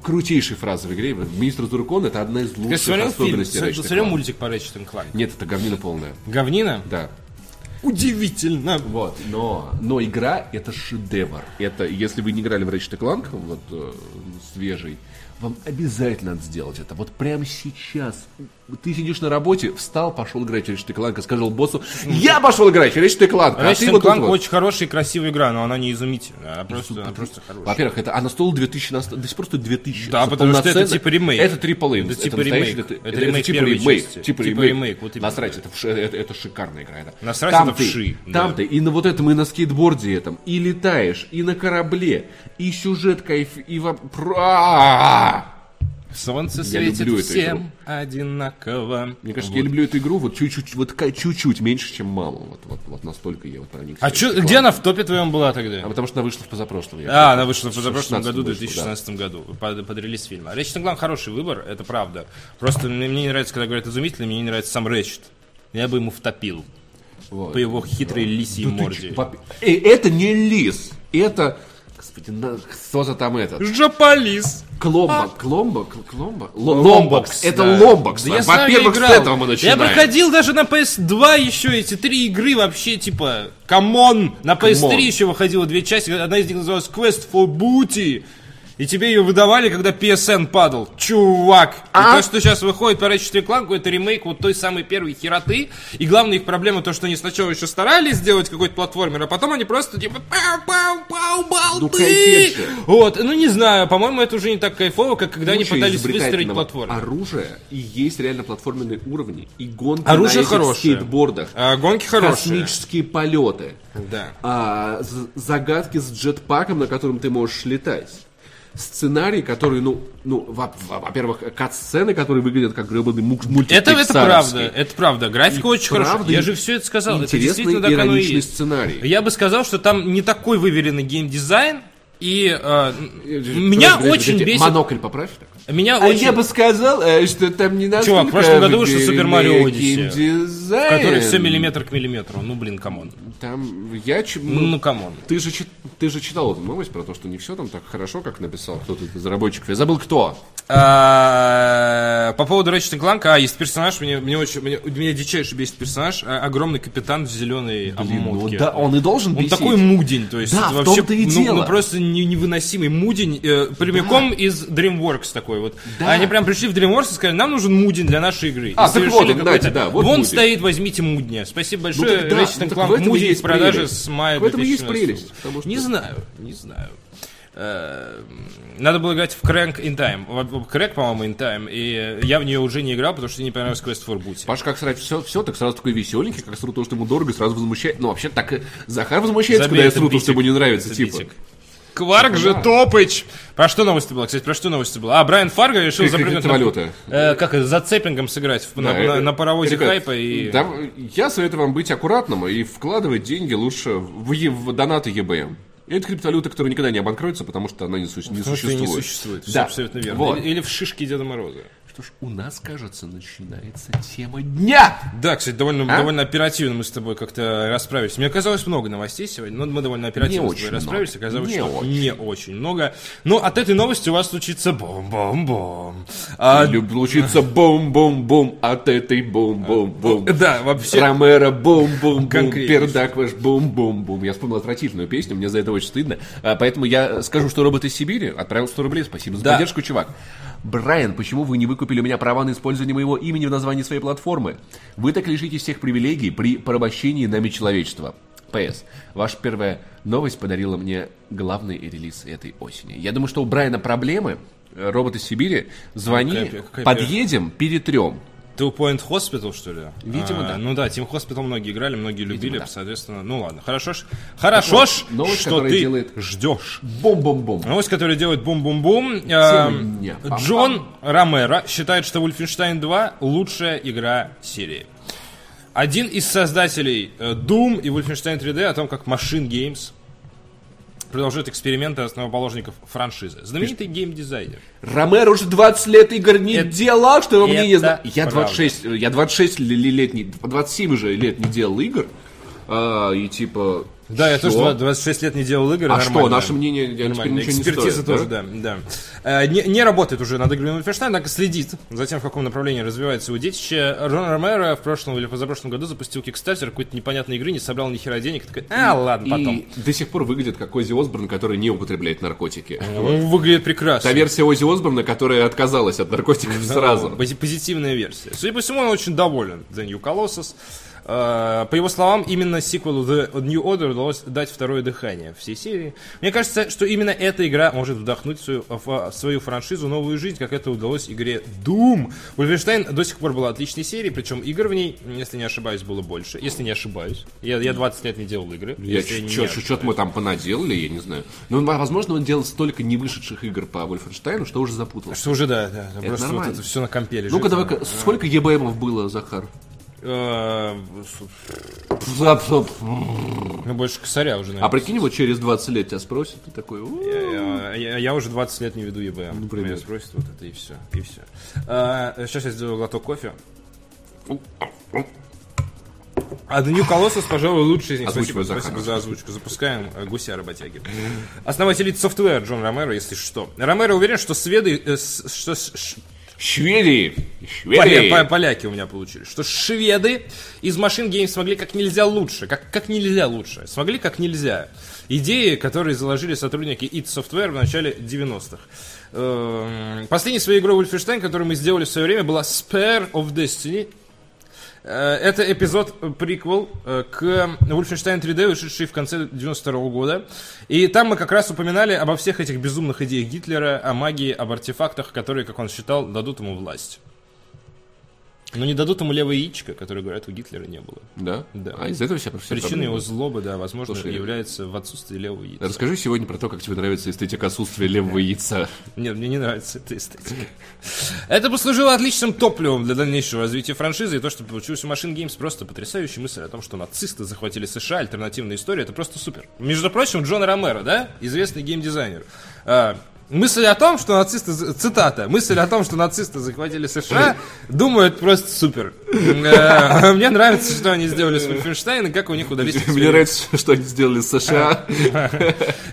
Speaker 2: Крутейшие фразы в игре. Мистер Зуркон – это одна из
Speaker 1: Ты
Speaker 2: лучших
Speaker 1: смотрел фильм?
Speaker 2: особенностей
Speaker 1: Ты
Speaker 2: Ratchet
Speaker 1: смотрел
Speaker 2: Clank.
Speaker 1: мультик по Ratchet Clank?
Speaker 2: Нет, это говнина полная.
Speaker 1: Говнина?
Speaker 2: Да.
Speaker 1: Удивительно.
Speaker 2: Вот, но, но игра это шедевр. Это, если вы не играли в Ratchet Clank, вот э, свежий, вам обязательно надо сделать это. Вот прямо сейчас. Ты сидишь на работе, встал, пошел играть в Ratchet Clank, сказал боссу, я пошел играть в Ratchet Clank. а ты
Speaker 1: Ratchet
Speaker 2: вот тут
Speaker 1: Clank
Speaker 2: вот».
Speaker 1: очень хорошая и красивая игра, но она не изумительная. Она просто, она просто хорошая.
Speaker 2: Во-первых, это, она стоила 2000, она сто- до сих пор стоит 2000.
Speaker 1: Да,
Speaker 2: Это
Speaker 1: потому что это
Speaker 2: полноценная-
Speaker 1: типа ремейк.
Speaker 2: Это трипл
Speaker 1: Это типа
Speaker 2: настоящий-
Speaker 1: ремейк.
Speaker 2: Это,
Speaker 1: Это
Speaker 2: это
Speaker 1: ремейк
Speaker 2: типа
Speaker 1: первой
Speaker 2: ремейк.
Speaker 1: части.
Speaker 2: Типа
Speaker 1: Типа
Speaker 2: ремейк.
Speaker 1: ремейк, вот именно.
Speaker 2: Насрать, это, вш- это, это шикарная игра. Это.
Speaker 1: Насрать, это
Speaker 2: ты,
Speaker 1: вши, да.
Speaker 2: Там ты и на вот этом, и на скейтборде этом, и летаешь, и на корабле, и сюжет кайф, и во... про- а, А-а-а!
Speaker 1: Солнце
Speaker 2: Я люблю
Speaker 1: светит
Speaker 2: эту
Speaker 1: всем
Speaker 2: игру.
Speaker 1: одинаково.
Speaker 2: Мне кажется, я люблю эту игру вот чуть-чуть, вот ка- чуть-чуть меньше, чем маму. Вот, вот, вот настолько я вот проникся.
Speaker 1: А чё, где она в топе твоем была тогда?
Speaker 2: А потому что она вышла в позапрошлом. я-
Speaker 1: А, она вышла в позапрошлом
Speaker 2: 16
Speaker 1: году, в
Speaker 2: вышла,
Speaker 1: 2016 году, под, под релиз фильма. Ratchet Clank хороший выбор, это правда. Просто мне, мне не нравится, когда говорят изумительно, мне не нравится сам Ratchet. Я бы ему втопил
Speaker 2: Вот. Ну
Speaker 1: по его хитрой лисьей
Speaker 2: Ты
Speaker 1: морде.
Speaker 2: чё, пап- Э, это не лис, это... Господи, на- кто-то там этот?
Speaker 1: Жополис.
Speaker 2: Кломба, кломба, кл- кломба? Ло-
Speaker 1: Ломбокс,
Speaker 2: Ломбокс, это
Speaker 1: да.
Speaker 2: ломбокс.
Speaker 1: Да я с вами
Speaker 2: Во-первых, с
Speaker 1: играл.
Speaker 2: этого мы начинаем.
Speaker 1: Я проходил даже на PS2 еще эти три игры вообще, типа, камон. На PS3
Speaker 2: Камон.
Speaker 1: еще выходило две части, одна из них называлась Quest for Booty. И тебе ее выдавали, когда PSN падал. Чувак! И
Speaker 2: А?
Speaker 1: то, что сейчас выходит по Ratchet Clank, это ремейк вот той самой первой хероты. И главная их проблема то, что они сначала еще старались сделать какой-то платформер, а потом они просто типа
Speaker 2: Ну,
Speaker 1: пау-пау-пау-балды!
Speaker 2: кайфеше.
Speaker 1: вот, ну не знаю, по-моему, это уже не так кайфово, как когда они
Speaker 2: Куча
Speaker 1: пытались выстроить
Speaker 2: изобретательного
Speaker 1: платформу.
Speaker 2: Оружие и есть реально платформенные уровни. И гонки
Speaker 1: Оружие
Speaker 2: на этих
Speaker 1: хорошее.
Speaker 2: скейтбордах.
Speaker 1: А, гонки хорошие.
Speaker 2: Космические полеты.
Speaker 1: Да.
Speaker 2: а, з- загадки с джетпаком, на котором ты можешь летать. Сценарий, который, ну, ну, во- во- во-первых, кат-сцены, которые выглядят как гребаный мук мультик
Speaker 1: Это, это
Speaker 2: пиксаровский.
Speaker 1: правда, это правда. Графика очень
Speaker 2: правда,
Speaker 1: хорошая. Я
Speaker 2: и-
Speaker 1: же все это сказал. Ну, Это
Speaker 2: Интересный
Speaker 1: действительно так оно и
Speaker 2: ироничный
Speaker 1: есть.
Speaker 2: сценарий.
Speaker 1: Я бы сказал, что там не такой выверенный геймдизайн. И э, м- меня
Speaker 2: Подожди,
Speaker 1: очень
Speaker 2: подожди,
Speaker 1: бесит.
Speaker 2: Монокль поправь так.
Speaker 1: Меня
Speaker 2: А
Speaker 1: очень,
Speaker 2: я бы сказал, э, что там не настолько...
Speaker 1: в прошлом году вышел Super Mario Odyssey, в
Speaker 2: Odyssey,
Speaker 1: который все миллиметр к миллиметру. Ну блин, камон.
Speaker 2: Там я... ч- ну,
Speaker 1: Ну камон.
Speaker 2: Ты же, чит- ты же читал эту новость про то, что не все там так хорошо, как написал кто-то из разработчиков. Я забыл, кто.
Speaker 1: А, По поводу Ratchet Clank, а есть персонаж, мне, мне очень, мне, меня дичайше бесит персонаж, а, огромный капитан в зеленой
Speaker 2: Ну,
Speaker 1: обмотке.
Speaker 2: да, он и должен
Speaker 1: Он
Speaker 2: бесить.
Speaker 1: такой мудень, то есть
Speaker 2: Да,
Speaker 1: это
Speaker 2: в
Speaker 1: вообще
Speaker 2: том-то и
Speaker 1: ну,
Speaker 2: дело.
Speaker 1: ну, просто не- невыносимый мудень, э, прямиком из DreamWorks такой вот. Они прям пришли в DreamWorks и сказали, нам нужен мудень для нашей игры.
Speaker 2: А,
Speaker 1: И
Speaker 2: так
Speaker 1: совершили
Speaker 2: вот он,
Speaker 1: какой-то-
Speaker 2: знаете, да, вот
Speaker 1: Вон
Speaker 2: мудень.
Speaker 1: стоит, возьмите мудня. Спасибо большое,
Speaker 2: так да,
Speaker 1: Ratchet
Speaker 2: ну, так
Speaker 1: Clank
Speaker 2: в этом и
Speaker 1: мудень
Speaker 2: есть
Speaker 1: в продаже
Speaker 2: прелесть.
Speaker 1: с мая
Speaker 2: В этом и есть
Speaker 1: 2016
Speaker 2: прелесть, потому что-
Speaker 1: Не знаю, не знаю. Э, Надо было играть в Crank in Time. Во- во- Crank, по-моему, in Time. И я в нее уже не играл, потому что мне не понравилось Quest for Booty.
Speaker 2: Паша как сразу все, все, так сразу такой веселенький, как сру то, что ему дорого, сразу возмущает. Ну, вообще так и Захар возмущается,
Speaker 1: Забей
Speaker 2: когда я
Speaker 1: этот
Speaker 2: сру то,
Speaker 1: битик.
Speaker 2: что ему не нравится,
Speaker 1: Это
Speaker 2: типа.
Speaker 1: битик. Кварк же топыч! Про что новость была, кстати, про что новость была? А, Брайан Фарго решил
Speaker 2: Как- как
Speaker 1: запрыгнуть
Speaker 2: это
Speaker 1: на-
Speaker 2: валюта.
Speaker 1: э, как это, за цеппингом сыграть в- на,
Speaker 2: Да,
Speaker 1: на-
Speaker 2: э,
Speaker 1: на паровозе
Speaker 2: ребят,
Speaker 1: хайпа и...
Speaker 2: да, я советую вам быть аккуратным и вкладывать деньги лучше в, е- в донаты ЕБМ. Это криптовалюта, которая никогда не обанкротится, потому что она не, су- не
Speaker 1: Потому что и
Speaker 2: существует.
Speaker 1: не существует, все
Speaker 2: Да.
Speaker 1: абсолютно верно.
Speaker 2: Вот.
Speaker 1: Или, или в шишке Деда Мороза.
Speaker 2: Что ж, у нас, кажется, начинается тема дня.
Speaker 1: Да, кстати, довольно,
Speaker 2: А?
Speaker 1: довольно оперативно мы с тобой как-то расправились. Мне казалось много новостей сегодня, но мы довольно оперативно
Speaker 2: Не
Speaker 1: с тобой
Speaker 2: очень
Speaker 1: расправились.
Speaker 2: много.
Speaker 1: Оказалось,
Speaker 2: Не
Speaker 1: что
Speaker 2: очень.
Speaker 1: не очень много. Но от этой новости у вас случится бом-бом-бом. А,
Speaker 2: Люблю учиться бум-бум-бум от этой бум-бум-бум.
Speaker 1: да, вообще...
Speaker 2: Ромеро, бум-бум-бум,
Speaker 1: Конкретнее.
Speaker 2: пердак ваш, бум-бум-бум. Я вспомнил отвратительную песню, мне за это очень стыдно. А, Поэтому я скажу, что робот из Сибири отправил 100 рублей, спасибо за
Speaker 1: Да.
Speaker 2: поддержку, чувак. Брайан, почему вы не выкупили у меня права на использование моего имени в названии своей платформы? Вы так лишитесь всех привилегий при порабощении нами человечества. ПС. Ваша первая новость подарила мне главный релиз этой осени. Я думаю, что у Брайана проблемы. Э, Робот из Сибири, звони,
Speaker 1: Какая пе- какая
Speaker 2: подъедем, перетрем.
Speaker 1: Two Point Hospital, что ли?
Speaker 2: Видимо,
Speaker 1: А,
Speaker 2: да.
Speaker 1: Ну да, Team Hospital многие играли, многие любили,
Speaker 2: да.
Speaker 1: соответственно, ну ладно. Хорошо ж, хорошо ж,
Speaker 2: новость,
Speaker 1: что
Speaker 2: которая
Speaker 1: ты
Speaker 2: делает-
Speaker 1: ждешь.
Speaker 2: Бом-бом-бом.
Speaker 1: Новость, которая делает бум-бум-бум.
Speaker 2: дня.
Speaker 1: Эм,
Speaker 2: Пам-пам.
Speaker 1: Джон Ромеро считает, что Wolfenstein 2 лучшая игра серии. Один из создателей э, Doom и Wolfenstein 3D о том, как Machine Games продолжает эксперименты основоположников франшизы. Знаменитый геймдизайнер.
Speaker 2: Ромеро уже 20 лет игр не
Speaker 1: Это-
Speaker 2: делал, что вы мне не
Speaker 1: это
Speaker 2: зна- Я
Speaker 1: правда.
Speaker 2: 26, я 26 ли- ли- лет, не, 27 уже лет не делал игр. А, и типа...
Speaker 1: Да, я
Speaker 2: что?
Speaker 1: тоже два- 26 лет не делал игр.
Speaker 2: А что,
Speaker 1: нормально.
Speaker 2: наше мнение, я теперь
Speaker 1: Нормально.
Speaker 2: ничего не
Speaker 1: Экспертиза
Speaker 2: стоит,
Speaker 1: тоже, да, да. Э, Не, не работает уже над играми Wolfenstein, однако следит за тем, в каком направлении развивается его детище. Рон Ромеро в прошлом или позапрошлом году запустил кикстартер какой-то непонятной игры, не собрал ни хера денег. и Такой, а, ладно, потом.
Speaker 2: И до сих пор выглядит как Ози Осборн, который не употребляет наркотики.
Speaker 1: Он выглядит прекрасно.
Speaker 2: Та версия Ози Осборна, которая отказалась от наркотиков
Speaker 1: Ну,
Speaker 2: сразу.
Speaker 1: Пози- Позитивная версия. Судя по всему, он очень доволен The New Colossus. Э, По его словам, именно сиквелу The New Order удалось дать второе дыхание всей серии. Мне кажется, что именно эта игра может вдохнуть в свою, в свою франшизу новую жизнь, как это удалось игре Doom. Wolfenstein до сих пор была отличной серией, причем игр в ней, если не ошибаюсь, было больше. Если не ошибаюсь. Я, я 20 лет не делал игры.
Speaker 2: Я
Speaker 1: если не
Speaker 2: что-то мы там понаделали, я не знаю. Но, возможно, он делал столько невышедших игр по Вольфенштейну, что уже запутался.
Speaker 1: Что уже, да, да. просто
Speaker 2: нормально.
Speaker 1: вот это все на компе лежит.
Speaker 2: Ну-ка, давай-ка, сколько ЕБМов было, Захар?
Speaker 1: Э, с- Ну, больше косаря уже, наверное.
Speaker 2: А прикинь, вот через 20 лет тебя спросят, ты такой, «У,
Speaker 1: Я, я- я уже 20 лет не веду ЕБМ.
Speaker 2: Например.
Speaker 1: Меня спросят вот это и все. И все. сейчас я сделаю глоток кофе. А The New Colossus, пожалуй, лучший из них. Спасибо,
Speaker 2: Озвучиваю Захара.
Speaker 1: спасибо за озвучку. Запускаем э, гуся работяги. Основатель софтвера Джон Ромеро, если что. Ромеро уверен, что сведы... э, с- что, с- ш-
Speaker 2: Шведы!
Speaker 1: Поля-
Speaker 2: Шведы!
Speaker 1: по- поляки у меня получили. Что шведы из машин Games смогли как нельзя лучше. Как, как нельзя лучше. Смогли как нельзя. Идеи, которые заложили сотрудники id Software в начале 90-х. Эм, Последней своей игрой Wolfenstein, которую мы сделали в свое время, была Spare of Destiny. Э, Это эпизод э, приквел э, к Wolfenstein 3D, вышедший в конце 92 года. И там мы как раз упоминали обо всех этих безумных идеях Гитлера, о магии, об артефактах, которые, как он считал, дадут ему власть. Но не дадут ему левое яичко, которое, говорят, у Гитлера не было.
Speaker 2: Да?
Speaker 1: Да.
Speaker 2: А из этого вся профессия
Speaker 1: Причина его злобы, да, возможно,
Speaker 2: Слушай,
Speaker 1: является в отсутствии левого яйца.
Speaker 2: Расскажи сегодня про то, как тебе нравится эстетика отсутствия левого яйца.
Speaker 1: Нет, мне не нравится эта эстетика. Это послужило отличным топливом для дальнейшего развития франшизы, и то, что получилось у Machine Games, просто потрясающая мысль о том, что нацисты захватили США, альтернативная история, это просто супер. Между прочим, Джон Ромеро, да, известный геймдизайнер, а, Мысль о том, что нацисты... за- Цитата. Мысль о том, что нацисты захватили США, думаю, это просто супер. Э, <laughs> Мне нравится, что они сделали с Wolfenstein и как у них удались
Speaker 2: Мне
Speaker 1: эксперименты.
Speaker 2: нравится, что они сделали с США.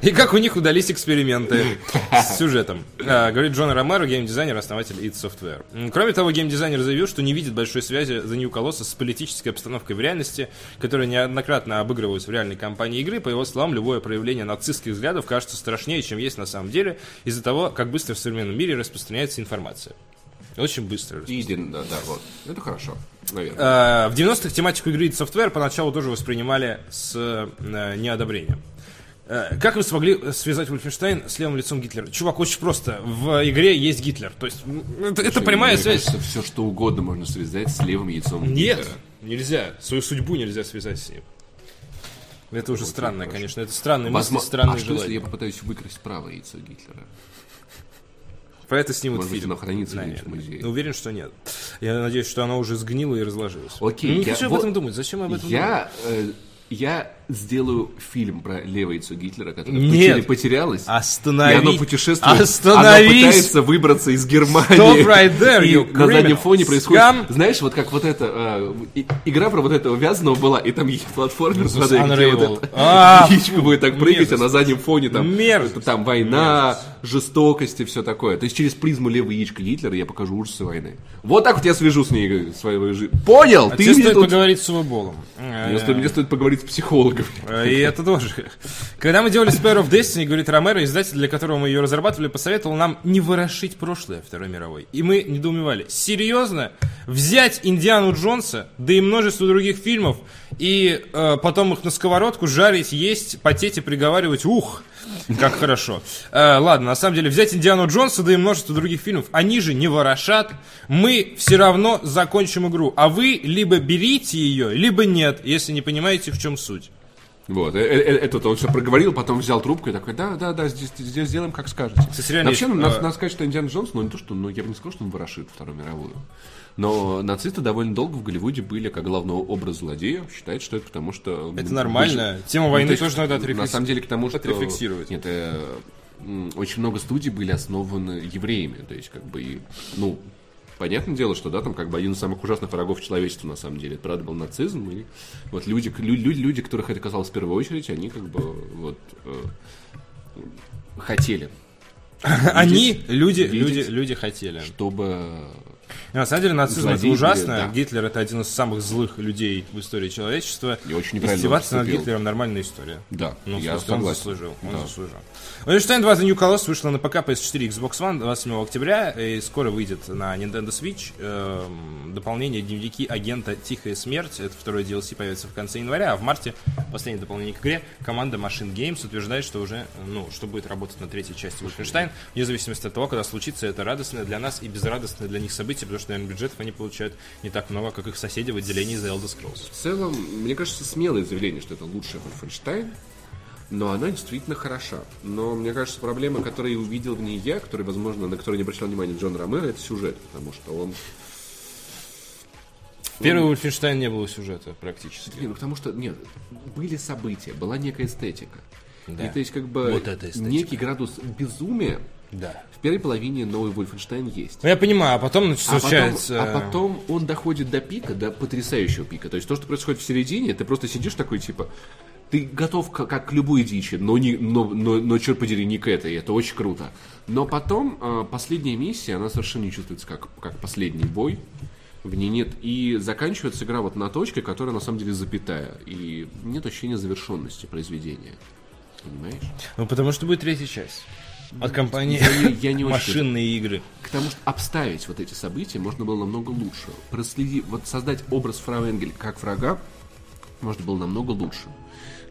Speaker 1: И как у них удались эксперименты с сюжетом. А, Говорит Джон Ромеро, геймдизайнер, основатель id Software. М, Кроме того, геймдизайнер заявил, что не видит большой связи The New Colossus с политической обстановкой в реальности, которая неоднократно обыгрывалась в реальной кампании игры. По его словам, любое проявление нацистских взглядов кажется страшнее, чем есть на самом деле, из-за того, как быстро в современном мире распространяется информация. Очень быстро.
Speaker 2: Изден, да, да, вот. Это хорошо, наверное.
Speaker 1: Э, В 90-х тематику игры id Software поначалу тоже воспринимали с э, неодобрением. Э, Как вы смогли связать Wolfenstein с левым лицом Гитлера? Чувак, очень просто. В игре есть Гитлер. То есть, м, это, это прямая связь.
Speaker 2: все, что угодно можно связать с левым яйцом.
Speaker 1: Нет,
Speaker 2: Гитлера.
Speaker 1: нельзя. Свою судьбу нельзя связать с ним. Это уже странно,
Speaker 2: хорошо.
Speaker 1: конечно. Это странные мысли,
Speaker 2: Возможно,
Speaker 1: странные
Speaker 2: а что, если
Speaker 1: желания.
Speaker 2: я попытаюсь выкрасть правое яйцо Гитлера?
Speaker 1: Про это снимут
Speaker 2: Может быть,
Speaker 1: фильм.
Speaker 2: оно хранится
Speaker 1: Наверное.
Speaker 2: где-нибудь в музее.
Speaker 1: Уверен, что нет. Я надеюсь, что оно уже сгнило и разложилось.
Speaker 2: Окей,
Speaker 1: Не
Speaker 2: я-
Speaker 1: хочу об
Speaker 2: вот-
Speaker 1: этом думать. Зачем об этом думать?
Speaker 2: Я, э, я сделаю фильм про левое яйцо Гитлера, которое
Speaker 1: Нет.
Speaker 2: потери- потерялось.
Speaker 1: Останови-
Speaker 2: И оно путешествует.
Speaker 1: Остановись!
Speaker 2: Оно пытается выбраться из Германии.
Speaker 1: Stop right there,
Speaker 2: и
Speaker 1: you
Speaker 2: на
Speaker 1: criminal.
Speaker 2: заднем фоне происходит...
Speaker 1: Scum.
Speaker 2: Знаешь, вот как вот это... э, и- игра про вот этого вязаного была, и там есть платформер, смотри, где
Speaker 1: Unravel.
Speaker 2: вот это
Speaker 1: А,
Speaker 2: яичко будет так прыгать, а
Speaker 1: мерзость.
Speaker 2: на заднем фоне там...
Speaker 1: Мерзость.
Speaker 2: это Там война, жестокость и все такое. То есть через призму левого яичка Гитлера я покажу ужасы войны. Вот так вот я свяжу с ней свою жизнь. Понял?
Speaker 1: А
Speaker 2: ты
Speaker 1: тебе
Speaker 2: мне
Speaker 1: стоит
Speaker 2: тут
Speaker 1: поговорить с Э, Увоболом.
Speaker 2: мне стоит, мне стоит поговорить с психологом.
Speaker 1: Э, И это тоже. Когда мы делали Spare of Destiny, говорит Ромеро, издатель, для которого мы ее разрабатывали, посоветовал нам не ворошить прошлое Второй мировой. И мы недоумевали. Серьезно? Взять Индиану Джонса, да и множество других фильмов, и э, потом их на сковородку жарить, есть, потеть и приговаривать. Ух, как хорошо. Э, ладно, на самом деле, взять Индиану Джонса, да и множество других фильмов, они же не ворошат. Мы все равно закончим игру. А вы либо берите ее, либо нет, если не понимаете, в чем суть.
Speaker 2: Вот, э- э- э- это вот он все проговорил, потом взял трубку и такой, да, да, да, здесь, здесь сделаем, как скажете.
Speaker 1: Кстати, реально
Speaker 2: Вообще, ну,
Speaker 1: есть,
Speaker 2: надо,
Speaker 1: э,
Speaker 2: надо сказать, что Индиана Джонс, ну не то, что, ну я бы не сказал, что он ворошит Вторую мировую. Но нацисты довольно долго в Голливуде были как главного образ злодея. Считают, что это потому, что...
Speaker 1: Это нормально. Тему войны
Speaker 2: Ну, то есть,
Speaker 1: тоже надо отрефлекс- <laughs>
Speaker 2: На самом деле, к тому, что...
Speaker 1: отрефлексировать.
Speaker 2: Нет, э, м, очень много студий были основаны евреями. То есть, как бы, и, ну, понятное дело, что, да, там, как бы, один из самых ужасных врагов человечества, на самом деле. Это, правда, был нацизм. И вот люди, к- лю- люди, люди, которых это касалось в первую очередь, они, как бы, вот, э, хотели,
Speaker 1: Они, люди, люди,
Speaker 2: Видеть.
Speaker 1: люди хотели.
Speaker 2: чтобы...
Speaker 1: На самом деле нацизм это
Speaker 2: Злодеи
Speaker 1: ужасно.
Speaker 2: были, да.
Speaker 1: Гитлер это один из самых злых людей в истории человечества.
Speaker 2: И очень неправильно
Speaker 1: Издеваться над
Speaker 2: поступил.
Speaker 1: Гитлером нормальная история.
Speaker 2: Да,
Speaker 1: Ну,
Speaker 2: я
Speaker 1: просто он
Speaker 2: согласен.
Speaker 1: заслужил. Он
Speaker 2: Да.
Speaker 1: заслужил. Ну Wolfenstein 2 The New Colossus вышла на ПК, PS4, Xbox One 27 октября и скоро выйдет на Nintendo Switch. Эм, дополнение «Дневники агента Тихая смерть». Это второй DLC появится в конце января, а в марте последнее дополнение к игре команда Machine Games утверждает, что уже, ну, что будет работать на третьей части Wolfenstein, вне зависимости от того, когда случится это радостное для нас и безрадостное для них событие, потому что, наверное, бюджетов они получают не так много, как их соседи в отделении The Elder Scrolls.
Speaker 2: В целом, мне кажется, смелое заявление, что это лучший Wolfenstein, но она действительно хороша. Но мне кажется, проблема, которую увидел в ней я, который, возможно, на которую не обращал внимания Джон Ромеро, это сюжет, потому что он...
Speaker 1: В первый Wolfenstein не было сюжета практически.
Speaker 2: Не, ну потому что, нет, были события, была некая эстетика.
Speaker 1: Да.
Speaker 2: И то есть как бы
Speaker 1: Вот эта эстетика.
Speaker 2: некий градус безумия
Speaker 1: Да.
Speaker 2: в первой половине новый Вольфенштейн есть.
Speaker 1: Ну, я понимаю, а потом нач-
Speaker 2: А потом-
Speaker 1: случается...
Speaker 2: А потом, он доходит до пика, до потрясающего пика. То есть то, что происходит в середине, ты просто сидишь такой типа. ты готов к- как к любой дичи, но, не, но, но, но черт подери, не к этой, это очень круто. Но потом э, последняя миссия, она совершенно не чувствуется как, как последний бой, в ней нет. И заканчивается игра вот на точке, которая на самом деле запятая, и нет ощущения завершенности произведения. Понимаешь?
Speaker 1: Ну, потому что будет третья часть. От компании
Speaker 2: я не- я не очень
Speaker 1: машинные игры.
Speaker 2: К тому, что обставить вот эти события можно было намного лучше. Проследи, вот создать образ Фрау Энгель как врага можно было намного лучше.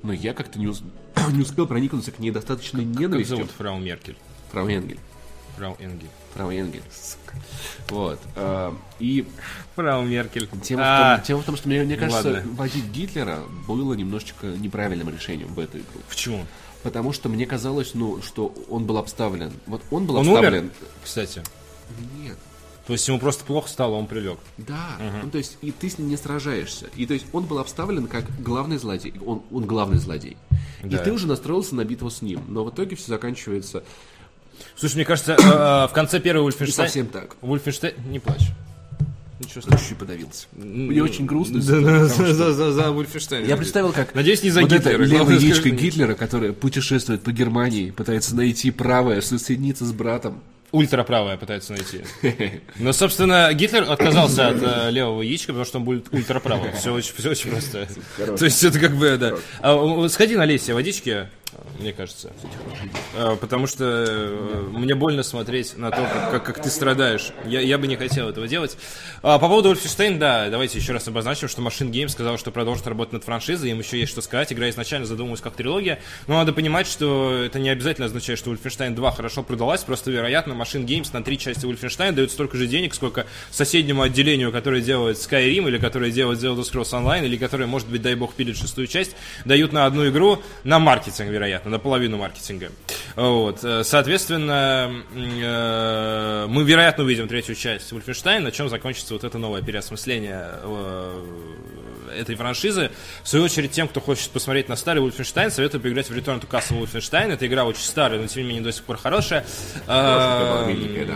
Speaker 2: Но я как-то не, ус- <coughs> не успел проникнуться к ней достаточной
Speaker 1: Как
Speaker 2: ненавистью.
Speaker 1: зовут фрау Меркель?
Speaker 2: Фрау Энгель.
Speaker 1: Фрау Энгель.
Speaker 2: Фрау Энгель. Вот. а, И
Speaker 1: Фрау Меркель.
Speaker 2: тема,
Speaker 1: А,
Speaker 2: в том, тема в том, что мне, мне кажется,
Speaker 1: ладно.
Speaker 2: вводить Гитлера было немножечко неправильным решением в эту игру.
Speaker 1: Почему?
Speaker 2: Потому что мне казалось, ну, что он был обставлен. Вот он был
Speaker 1: Он
Speaker 2: обставлен.
Speaker 1: умер, кстати.
Speaker 2: Нет.
Speaker 1: То есть ему просто плохо стало, он прилег.
Speaker 2: Да, ну, то есть и ты с ним не сражаешься. И то есть он был обставлен как главный злодей. Он, он главный злодей.
Speaker 1: Да.
Speaker 2: И ты уже настроился на битву с ним. Но в итоге все заканчивается
Speaker 1: Слушай, мне кажется, э, в конце первого
Speaker 2: не
Speaker 1: Ульфенштейна...
Speaker 2: совсем так.
Speaker 1: Ульфенштейн... Не плачь. Ничего страшного.
Speaker 2: Чуть-чуть подавился. Мне очень грустно.
Speaker 1: за, за, за Ульфенштейн.
Speaker 2: Я представил, как
Speaker 1: Надеюсь, не за
Speaker 2: вот это
Speaker 1: Гитлера.
Speaker 2: левая
Speaker 1: Главное,
Speaker 2: яичко
Speaker 1: скажи мне.
Speaker 2: Гитлера, которая путешествует по Германии, пытается найти правое, соединиться с братом.
Speaker 1: Ультраправая пытается найти. Но, Ну, собственно, Гитлер отказался от э, левого яичка, потому что он будет ультраправым. Все очень, все очень просто. То есть это как бы, да. А, у- у- сходи на себе водички, э, мне кажется. Э, Потому что э, мне больно смотреть на то, как, как- как ты страдаешь. Я, я бы не хотел этого делать. А, по поводу Ульфенштейн, да, давайте еще раз обозначим, что Machine Games сказал, что продолжит работать над франшизой, им еще есть что сказать. Игра изначально задумывалась как трилогия, но надо понимать, что это не обязательно означает, что Ульфенштейн 2 хорошо продалась, просто вероятно Machine Games на три части Ульфенштейна дают столько же денег, сколько соседнему отделению, которое делает Skyrim, или которое делает Zelda Scrolls Online, или которое, может быть, дай бог, пилит шестую часть, дают на одну игру на маркетинг, вероятно, на половину маркетинга. Вот. э, Соответственно, м, э, мы, вероятно, увидим третью часть Wolfenstein, на чем закончится вот это новое переосмысление э, этой франшизы. В свою очередь, тем, кто хочет посмотреть на старый Wolfenstein, советую поиграть в Return to Castle Wolfenstein. Эта игра очень старая, но тем не менее до сих пор хорошая.
Speaker 2: такая
Speaker 1: Эм,
Speaker 2: миленькая, да.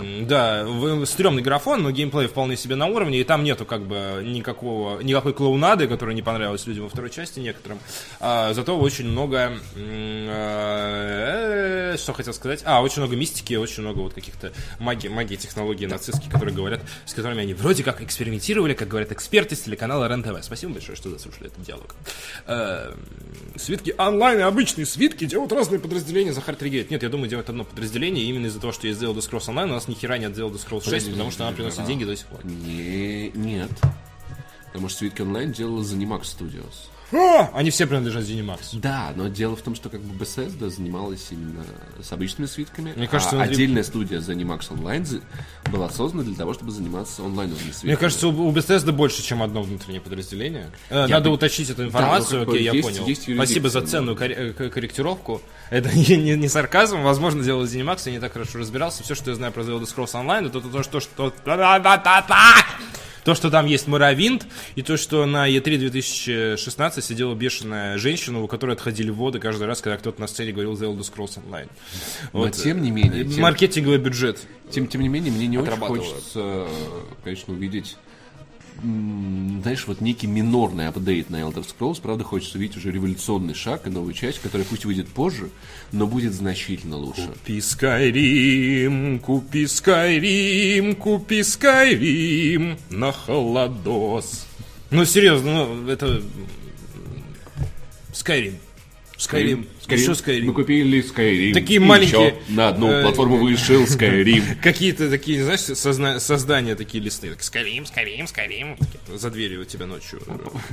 Speaker 1: да, в- стрёмный графон, но геймплей вполне себе на уровне, и там нету как бы никакого, никакой клоунады, которая не понравилась людям во второй части некоторым. А, зато очень много, м, э, что хотел сказать, а, очень много мистики, очень много вот каких-то магии, магии технологий нацистские, которые говорят, с которыми они вроде как экспериментировали, как говорят эксперты с телеканала РЕН-ТВ. Спасибо большое, что заслушали этот диалог. Э, свитки онлайн и обычные свитки делают разные подразделения. Захар Тригеев. Нет, я думаю, делают одно подразделение. и Именно из-за того, что я сделал Death Scrolls Online, у нас ни хера нет Zelda Scrolls 6, потому что она приносит деньги до сих пор.
Speaker 2: Не, нет. Потому что Свитки Онлайн делала Zenimax Studios.
Speaker 1: А, Они все принадлежат ZeniMax.
Speaker 2: Да, но дело в том, что как бы Bethesda занималась именно с обычными свитками,
Speaker 1: Мне кажется,
Speaker 2: а
Speaker 1: внутри-
Speaker 2: отдельная студия Zenimax Online за- была создана для того, чтобы заниматься онлайновыми свитками.
Speaker 1: Мне кажется, у у Bethesda больше, чем одно внутреннее подразделение. Э, Надо
Speaker 2: пон-
Speaker 1: уточнить эту
Speaker 2: ну,
Speaker 1: информацию,
Speaker 2: как бы
Speaker 1: окей, я
Speaker 2: есть-
Speaker 1: понял.
Speaker 2: есть юрисдикция,
Speaker 1: Спасибо за
Speaker 2: да.
Speaker 1: ценную корр- э, к- корректировку. <laughs> Это не, не- не сарказм, возможно, дело ZeniMax, я не так хорошо разбирался. Все, что я знаю про Zelda Scrolls Online, это то, то, что- что... То, что там есть Муравинт, и то, что на E E3 2016 сидела бешеная женщина, у которой отходили воды каждый раз, когда кто-то на сцене говорил Zelda Scrolls Online.
Speaker 2: Но
Speaker 1: Вот. э,
Speaker 2: тем не менее, тем,
Speaker 1: Маркетинговый бюджет.
Speaker 2: тем, тем не менее, мне не очень
Speaker 1: Отрабатывала.
Speaker 2: хочется, э, конечно, увидеть м, знаешь, вот некий минорный апдейт на Elder Scrolls, правда, хочется увидеть уже революционный шаг и новую часть, которая пусть выйдет позже, но будет значительно лучше.
Speaker 1: Купи Скайрим, купи Скайрим, купи Скайрим на холодос. Ну, серьезно, ну, это... Скайрим. Скайрим. Еще Скайрим.
Speaker 2: Мы купили Skyrim.
Speaker 1: Такие
Speaker 2: И
Speaker 1: маленькие,
Speaker 2: еще На одну
Speaker 1: э,
Speaker 2: платформу вышел Skyrim.
Speaker 1: Какие-то такие, знаешь, созна- создания такие листы. Так, Скайрим, Скайрим, Скайрим. За дверью у тебя ночью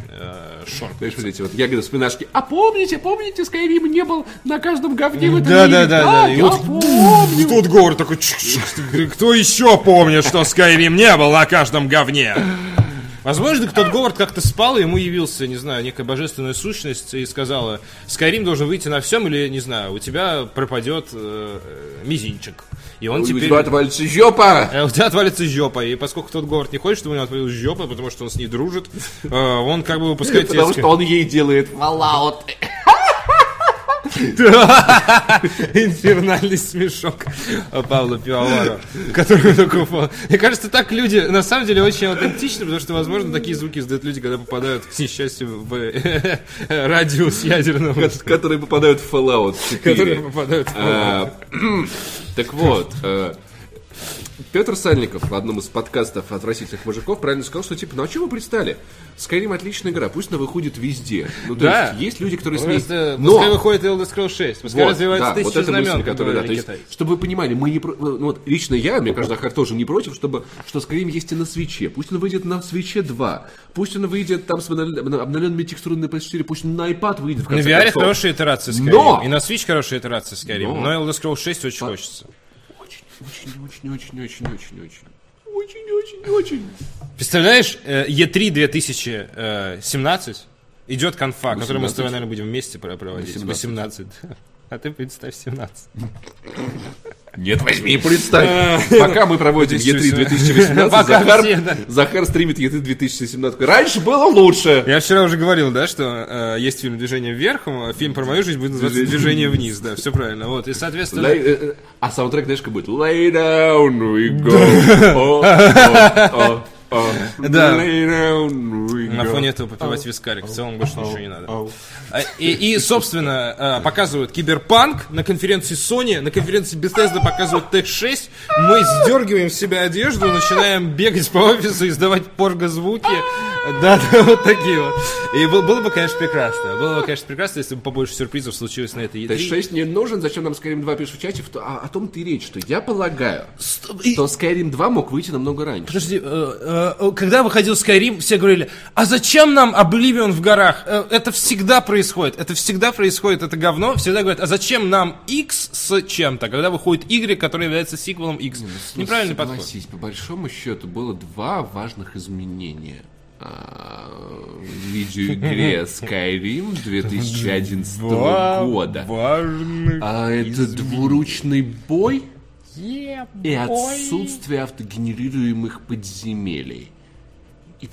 Speaker 1: э, шорт.
Speaker 2: Знаешь, вот эти вот ягоды спинашки. А помните, помните, Skyrim не был на каждом говне в этом
Speaker 1: Да,
Speaker 2: мире?
Speaker 1: да, да, да. И
Speaker 2: «А, я
Speaker 1: вот-
Speaker 2: помню.
Speaker 1: Тут Гор такой, кто еще помнит, что Skyrim не был на каждом говне? Возможно, кто-то Говард как-то спал, и ему явился, не знаю, некая божественная сущность и сказала, Скайрим должен выйти на всем, или, не знаю, у тебя пропадет э, э, мизинчик. И он
Speaker 2: У
Speaker 1: теперь...
Speaker 2: тебя отвалится жопа.
Speaker 1: Э, У тебя отвалится жопа, и поскольку тот Говард не хочет, чтобы у него отвалилась жопа, потому что он с ней дружит, э, он как бы выпускает тебе
Speaker 2: Потому
Speaker 1: Sky-
Speaker 2: что он ей делает Fallout.
Speaker 1: <laughs> Инфернальный смешок Павла Пивоварова, который только упал. Мне кажется, так люди на самом деле очень аутентичны, потому что, возможно, такие звуки издают люди, когда попадают, к несчастью, в э, <laughs> радиус ядерного.
Speaker 2: Которые попадают в Fallout 4.
Speaker 1: Которые попадают в
Speaker 2: А, <clears throat> Так вот, э, Петр Сальников в одном из подкастов «Отвратительных мужиков» правильно сказал, что типа, ну а чего вы пристали? Skyrim отличная игра, пусть она выходит везде. Ну, то
Speaker 1: Да. Ну,
Speaker 2: есть, есть люди, которые с ней...
Speaker 1: Просто
Speaker 2: Но-
Speaker 1: пускай выходит Elder Scrolls 6, пускай
Speaker 2: Вот,
Speaker 1: развивается
Speaker 2: да,
Speaker 1: тысяча
Speaker 2: вот эта мысль,
Speaker 1: знамен, как
Speaker 2: которая, да,
Speaker 1: говорили
Speaker 2: то есть,
Speaker 1: китайцы.
Speaker 2: чтобы вы понимали, мы не про- ну, вот лично я, мне кажется, Захар тоже не против, чтобы что Skyrim есть и на свече. Пусть он выйдет на свече 2, пусть он выйдет там с обновлен- обновленными текстурами на PS4, пусть он на iPad выйдет в
Speaker 1: На
Speaker 2: конце
Speaker 1: VR
Speaker 2: концов.
Speaker 1: хорошие итерации Skyrim.
Speaker 2: Но!
Speaker 1: И на Switch хорошие итерации Skyrim.
Speaker 2: Но!
Speaker 1: Но Elder Scrolls 6 очень хочется.
Speaker 2: Очень, очень, очень, очень, очень, очень, очень. Очень, очень, очень.
Speaker 1: Представляешь, э, E3 2017 э, идет конфа, которую мы с тобой,
Speaker 2: 18.
Speaker 1: наверное, будем вместе про- проводить. 18.
Speaker 2: 18.
Speaker 1: да. <laughs> А ты представь 17.
Speaker 2: Нет, возьми и представь. <laughs> Пока мы проводим
Speaker 1: Здесь
Speaker 2: E3
Speaker 1: всё.
Speaker 2: 2018,
Speaker 1: Пока
Speaker 2: Захар,
Speaker 1: все, да.
Speaker 2: Захар стримит E3 2017. Раньше было лучше.
Speaker 1: Я вчера уже говорил, да, что э, есть фильм «Движение вверх», а фильм про мою жизнь будет называться «Движение вниз», да, все правильно. Вот, и, соответственно,
Speaker 2: Lay- э, э, А саундтрек, знаешь, как будет? Lay down we go. О, о, о, о.
Speaker 1: Да.
Speaker 2: Lay down we
Speaker 1: На
Speaker 2: go.
Speaker 1: фоне этого попивать вискарик. В целом больше ничего не надо. А, И, и, собственно, э, показывают Киберпанк на конференции Sony, на конференции Bethesda показывают Tech 6. Мы сдергиваем с себя одежду, начинаем бегать по офису, издавать порго-звуки. Да, да, вот такие вот. И бу- было бы, конечно, прекрасно. Было бы, конечно, прекрасно, если бы побольше сюрпризов случилось на этой
Speaker 2: Т6
Speaker 1: E3.
Speaker 2: шесть не нужен, зачем нам Skyrim 2 пишут в чате? В то- а О о том-то и речь, что я полагаю,
Speaker 1: И-
Speaker 2: что Skyrim 2 мог выйти намного раньше.
Speaker 1: Подожди, э, э, когда выходил Skyrim, все говорили, а зачем нам Обливион в горах? Э, Это всегда происходит, это всегда происходит, это говно. Всегда говорят, а зачем нам X с чем-то, когда выходит Y, который является сиквелом X? Неправильный подход.
Speaker 2: Ну, Согласись, по большому счету было два важных изменения а,
Speaker 1: <laughs>
Speaker 2: в видеоигре Skyrim 2011 года.
Speaker 1: Важный.
Speaker 2: А это двуручный бой и отсутствие автогенерируемых подземелий.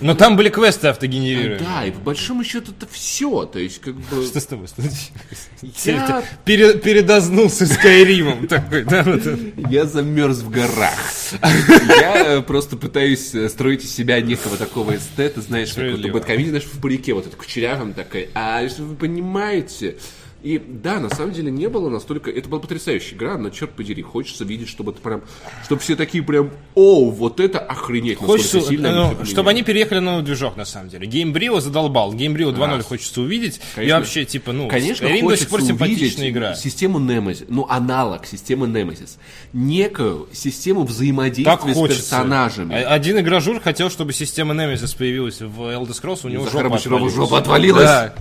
Speaker 1: Но там были квесты автогенерируемые.
Speaker 2: Да, и по большому счету это все. То есть, как бы.
Speaker 1: Что с тобой? Что с тобой? Пере- передознулся Скайримом такой, да, вот это.
Speaker 2: Я замерз в горах. Я э, просто пытаюсь э, строить из себя некого такого эстета, знаешь, как вот
Speaker 1: Справедливо.
Speaker 2: у Бэткомедии, знаешь, в парике, вот этот кучерявым такой. А если вы понимаете... И да, на самом деле не было настолько... Это была потрясающая игра, но, черт подери, хочется видеть, чтобы это прям... Чтобы все такие прям... О, вот это охренеть, насколько
Speaker 1: Хочется,
Speaker 2: сильно
Speaker 1: ну,
Speaker 2: они всё
Speaker 1: чтобы
Speaker 2: поменяли».
Speaker 1: они переехали на новый движок, на самом деле. Геймбрио задолбал. Геймбрио 2.0 хочется увидеть.
Speaker 2: Конечно.
Speaker 1: И вообще, типа, ну,
Speaker 2: Конечно,
Speaker 1: Skyrim до
Speaker 2: хочется
Speaker 1: сих пор симпатичная
Speaker 2: увидеть
Speaker 1: игра.
Speaker 2: систему Немезис, ну, аналог системы Немезис. Некую систему
Speaker 1: Так
Speaker 2: взаимодействия с
Speaker 1: хочется.
Speaker 2: персонажами.
Speaker 1: А- Один игражур хотел, чтобы система Немезис появилась в Elder Scrolls, у него
Speaker 2: Захара
Speaker 1: жопа
Speaker 2: Бочарова
Speaker 1: отвалилась.
Speaker 2: жопа отвалилась.
Speaker 1: Да.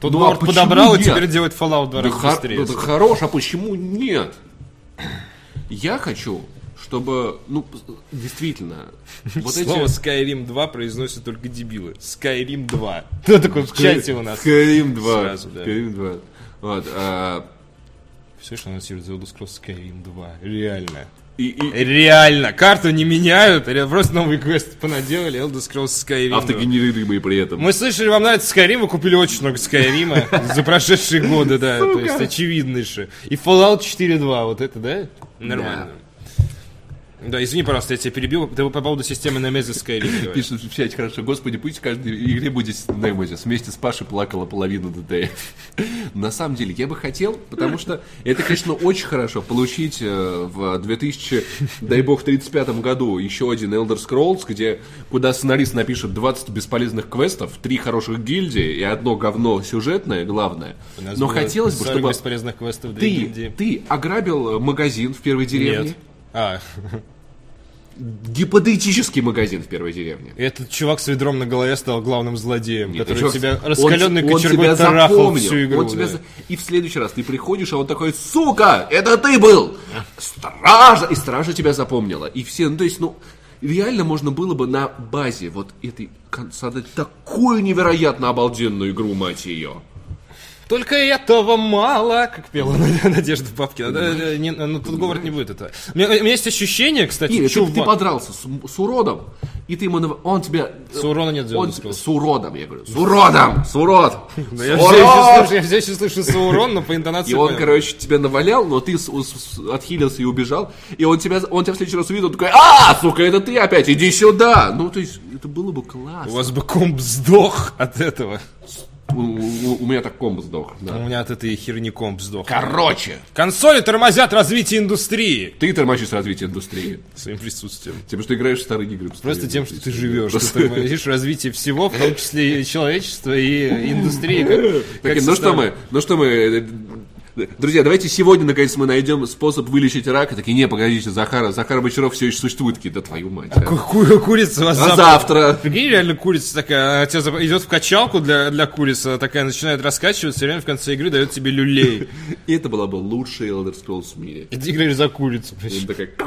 Speaker 1: Тут
Speaker 2: Ну, а
Speaker 1: Норд
Speaker 2: почему
Speaker 1: подобрал, и
Speaker 2: нет?
Speaker 1: теперь делает Fallout 2
Speaker 2: Да
Speaker 1: раза
Speaker 2: хор-
Speaker 1: быстрее.
Speaker 2: ну, да хорош, а почему нет? Я хочу, чтобы, ну,
Speaker 1: <laughs>
Speaker 2: действительно, вот эти...
Speaker 1: Слово Skyrim 2 произносят только дебилы. Skyrim 2. Да, такой в чате у нас.
Speaker 2: Skyrim 2.
Speaker 1: Сразу, да.
Speaker 2: Skyrim 2. Вот, а,
Speaker 1: Все, что анонсирует The Elder Scrolls Skyrim 2. Реально.
Speaker 2: и,
Speaker 1: Э,
Speaker 2: и
Speaker 1: Реально, карту не меняют, ре- просто новый квест понаделали, Elder Scrolls Skyrim.
Speaker 2: автогенерируемые при этом.
Speaker 1: Мы слышали, вам нравится Skyrim, вы купили очень много
Speaker 2: <laughs>
Speaker 1: Skyrim а за прошедшие годы, да, то есть очевиднейше. И Fallout 4.2, вот это, да? Нормально. Да, извини, пожалуйста, я тебя перебил, ты по поводу системы Nemesis Skyrim. говоришь.
Speaker 2: Пишут в чате хорошо, господи, пусть в каждой игре будет Немезис. Вместе с Пашей плакала половина ДТФ. <laughs> На самом деле, я бы хотел, потому что это, конечно, очень хорошо получить э, в 2000, дай бог, 35 году еще один Elder Scrolls, где, куда сценарист напишет 20 бесполезных квестов, 3 хороших гильдии и одно говно сюжетное, главное.
Speaker 1: У нас
Speaker 2: Но
Speaker 1: было
Speaker 2: хотелось бы,
Speaker 1: 40
Speaker 2: чтобы
Speaker 1: бесполезных квестов для
Speaker 2: ты,
Speaker 1: гильдии.
Speaker 2: ты ограбил э, магазин в первой деревне.
Speaker 1: Нет. А,
Speaker 2: Гипотетический магазин в первой деревне.
Speaker 1: этот чувак с ведром на голове стал главным злодеем,
Speaker 2: Нет,
Speaker 1: который
Speaker 2: еще
Speaker 1: тебя
Speaker 2: раз, он
Speaker 1: раскаленный
Speaker 2: те- он
Speaker 1: кочергой
Speaker 2: тебя
Speaker 1: тарахал
Speaker 2: запомнил,
Speaker 1: всю игру.
Speaker 2: он тебя
Speaker 1: да.
Speaker 2: за- И в следующий раз ты приходишь, а он такой, сука, это ты был! Стража! И стража тебя запомнила. И все, ну то есть, ну, реально можно было бы на базе вот этой кон- создать такую невероятно обалденную игру, мать ее.
Speaker 1: Только этого мало, как пела Надежда Бабкина. Да, да, не- ну, тут говорить не будет это. У меня, у меня есть ощущение, кстати,
Speaker 2: Или ты, ты
Speaker 1: чувак-
Speaker 2: подрался с, с уродом, и ты ему... нав- Он тебя...
Speaker 1: С урона нет
Speaker 2: он
Speaker 1: зеленый
Speaker 2: тебя- с уродом, я говорю. С уродом! С урод!
Speaker 1: <laughs> Ну, Я
Speaker 2: С
Speaker 1: все, еще
Speaker 2: урод!
Speaker 1: слышу, я все еще слышу Саурон, но по интонации...
Speaker 2: И он,
Speaker 1: понял.
Speaker 2: короче, тебя навалял, но ты с- с- с- отхилился и убежал. И он тебя, он тебя в следующий раз увидел, он такой, а, сука, это ты опять, иди сюда. Ну, то есть, это было бы
Speaker 1: У
Speaker 2: классно.
Speaker 1: вас бы комп сдох от этого.
Speaker 2: У, у- у меня так комбо сдох. да.
Speaker 1: У меня от этой херни комп сдох.
Speaker 2: Короче,
Speaker 1: Консоли тормозят развитие индустрии
Speaker 2: ты тормозишь развитие индустрии.
Speaker 1: своим присутствием.
Speaker 2: Тем, что ты играешь в старые игры. постоянно.
Speaker 1: Просто тем, что ты живешь, ты
Speaker 2: <laughs>
Speaker 1: тормозишь развитие всего, в том числе и человечества, и индустрии. как-
Speaker 2: Такие,
Speaker 1: как
Speaker 2: ну что
Speaker 1: составляющей.
Speaker 2: мы, ну что мы, э, э, друзья, давайте сегодня, наконец, мы найдем способ вылечить рак. И такие, не, погодите, Захар, Захар Бочаров все еще существует. Такие, да твою мать. а.
Speaker 1: Ку- ку- Курица вас
Speaker 2: А
Speaker 1: зап-
Speaker 2: завтра.
Speaker 1: Прикинь, реально курица такая, она тебя зап- идет в качалку для, для курицы, она такая начинает раскачиваться, и реально в конце игры дает тебе <laughs> люлей.
Speaker 2: И это была бы лучшая Elder Scrolls в мире.
Speaker 1: И ты играешь за курицу. причем.
Speaker 2: И такая,
Speaker 1: <laughs>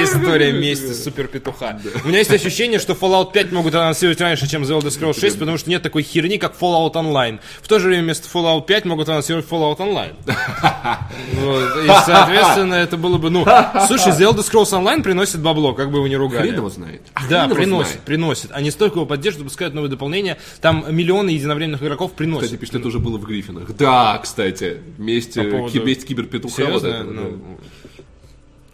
Speaker 1: История вместе супер петуха. У меня есть ощущение, что Fallout 5 могут анонсировать раньше, чем The Elder Scrolls 6, потому что нет такой херни, как Fallout Online. В то же время вместо Fallout 5 могут анонсировать Fallout <laughs> Online. Вот, И, соответственно, это было бы, ну... <laughs> Слушай, The Elder Scrolls Online приносит бабло, как бы вы ни ругали.
Speaker 2: Хрен его знает.
Speaker 1: Да,
Speaker 2: А Хрен его
Speaker 1: приносит,
Speaker 2: знает.
Speaker 1: приносит. Они столько его поддерживают, выпускают новые дополнения. Там миллионы единовременных игроков приносят.
Speaker 2: Кстати, пишет, это уже было в Гриффинах. Да, кстати, вместе,
Speaker 1: По поводу-
Speaker 2: ки- вместе киберпетуха. вот
Speaker 1: Серьезно?
Speaker 2: этого, да.
Speaker 1: Ну,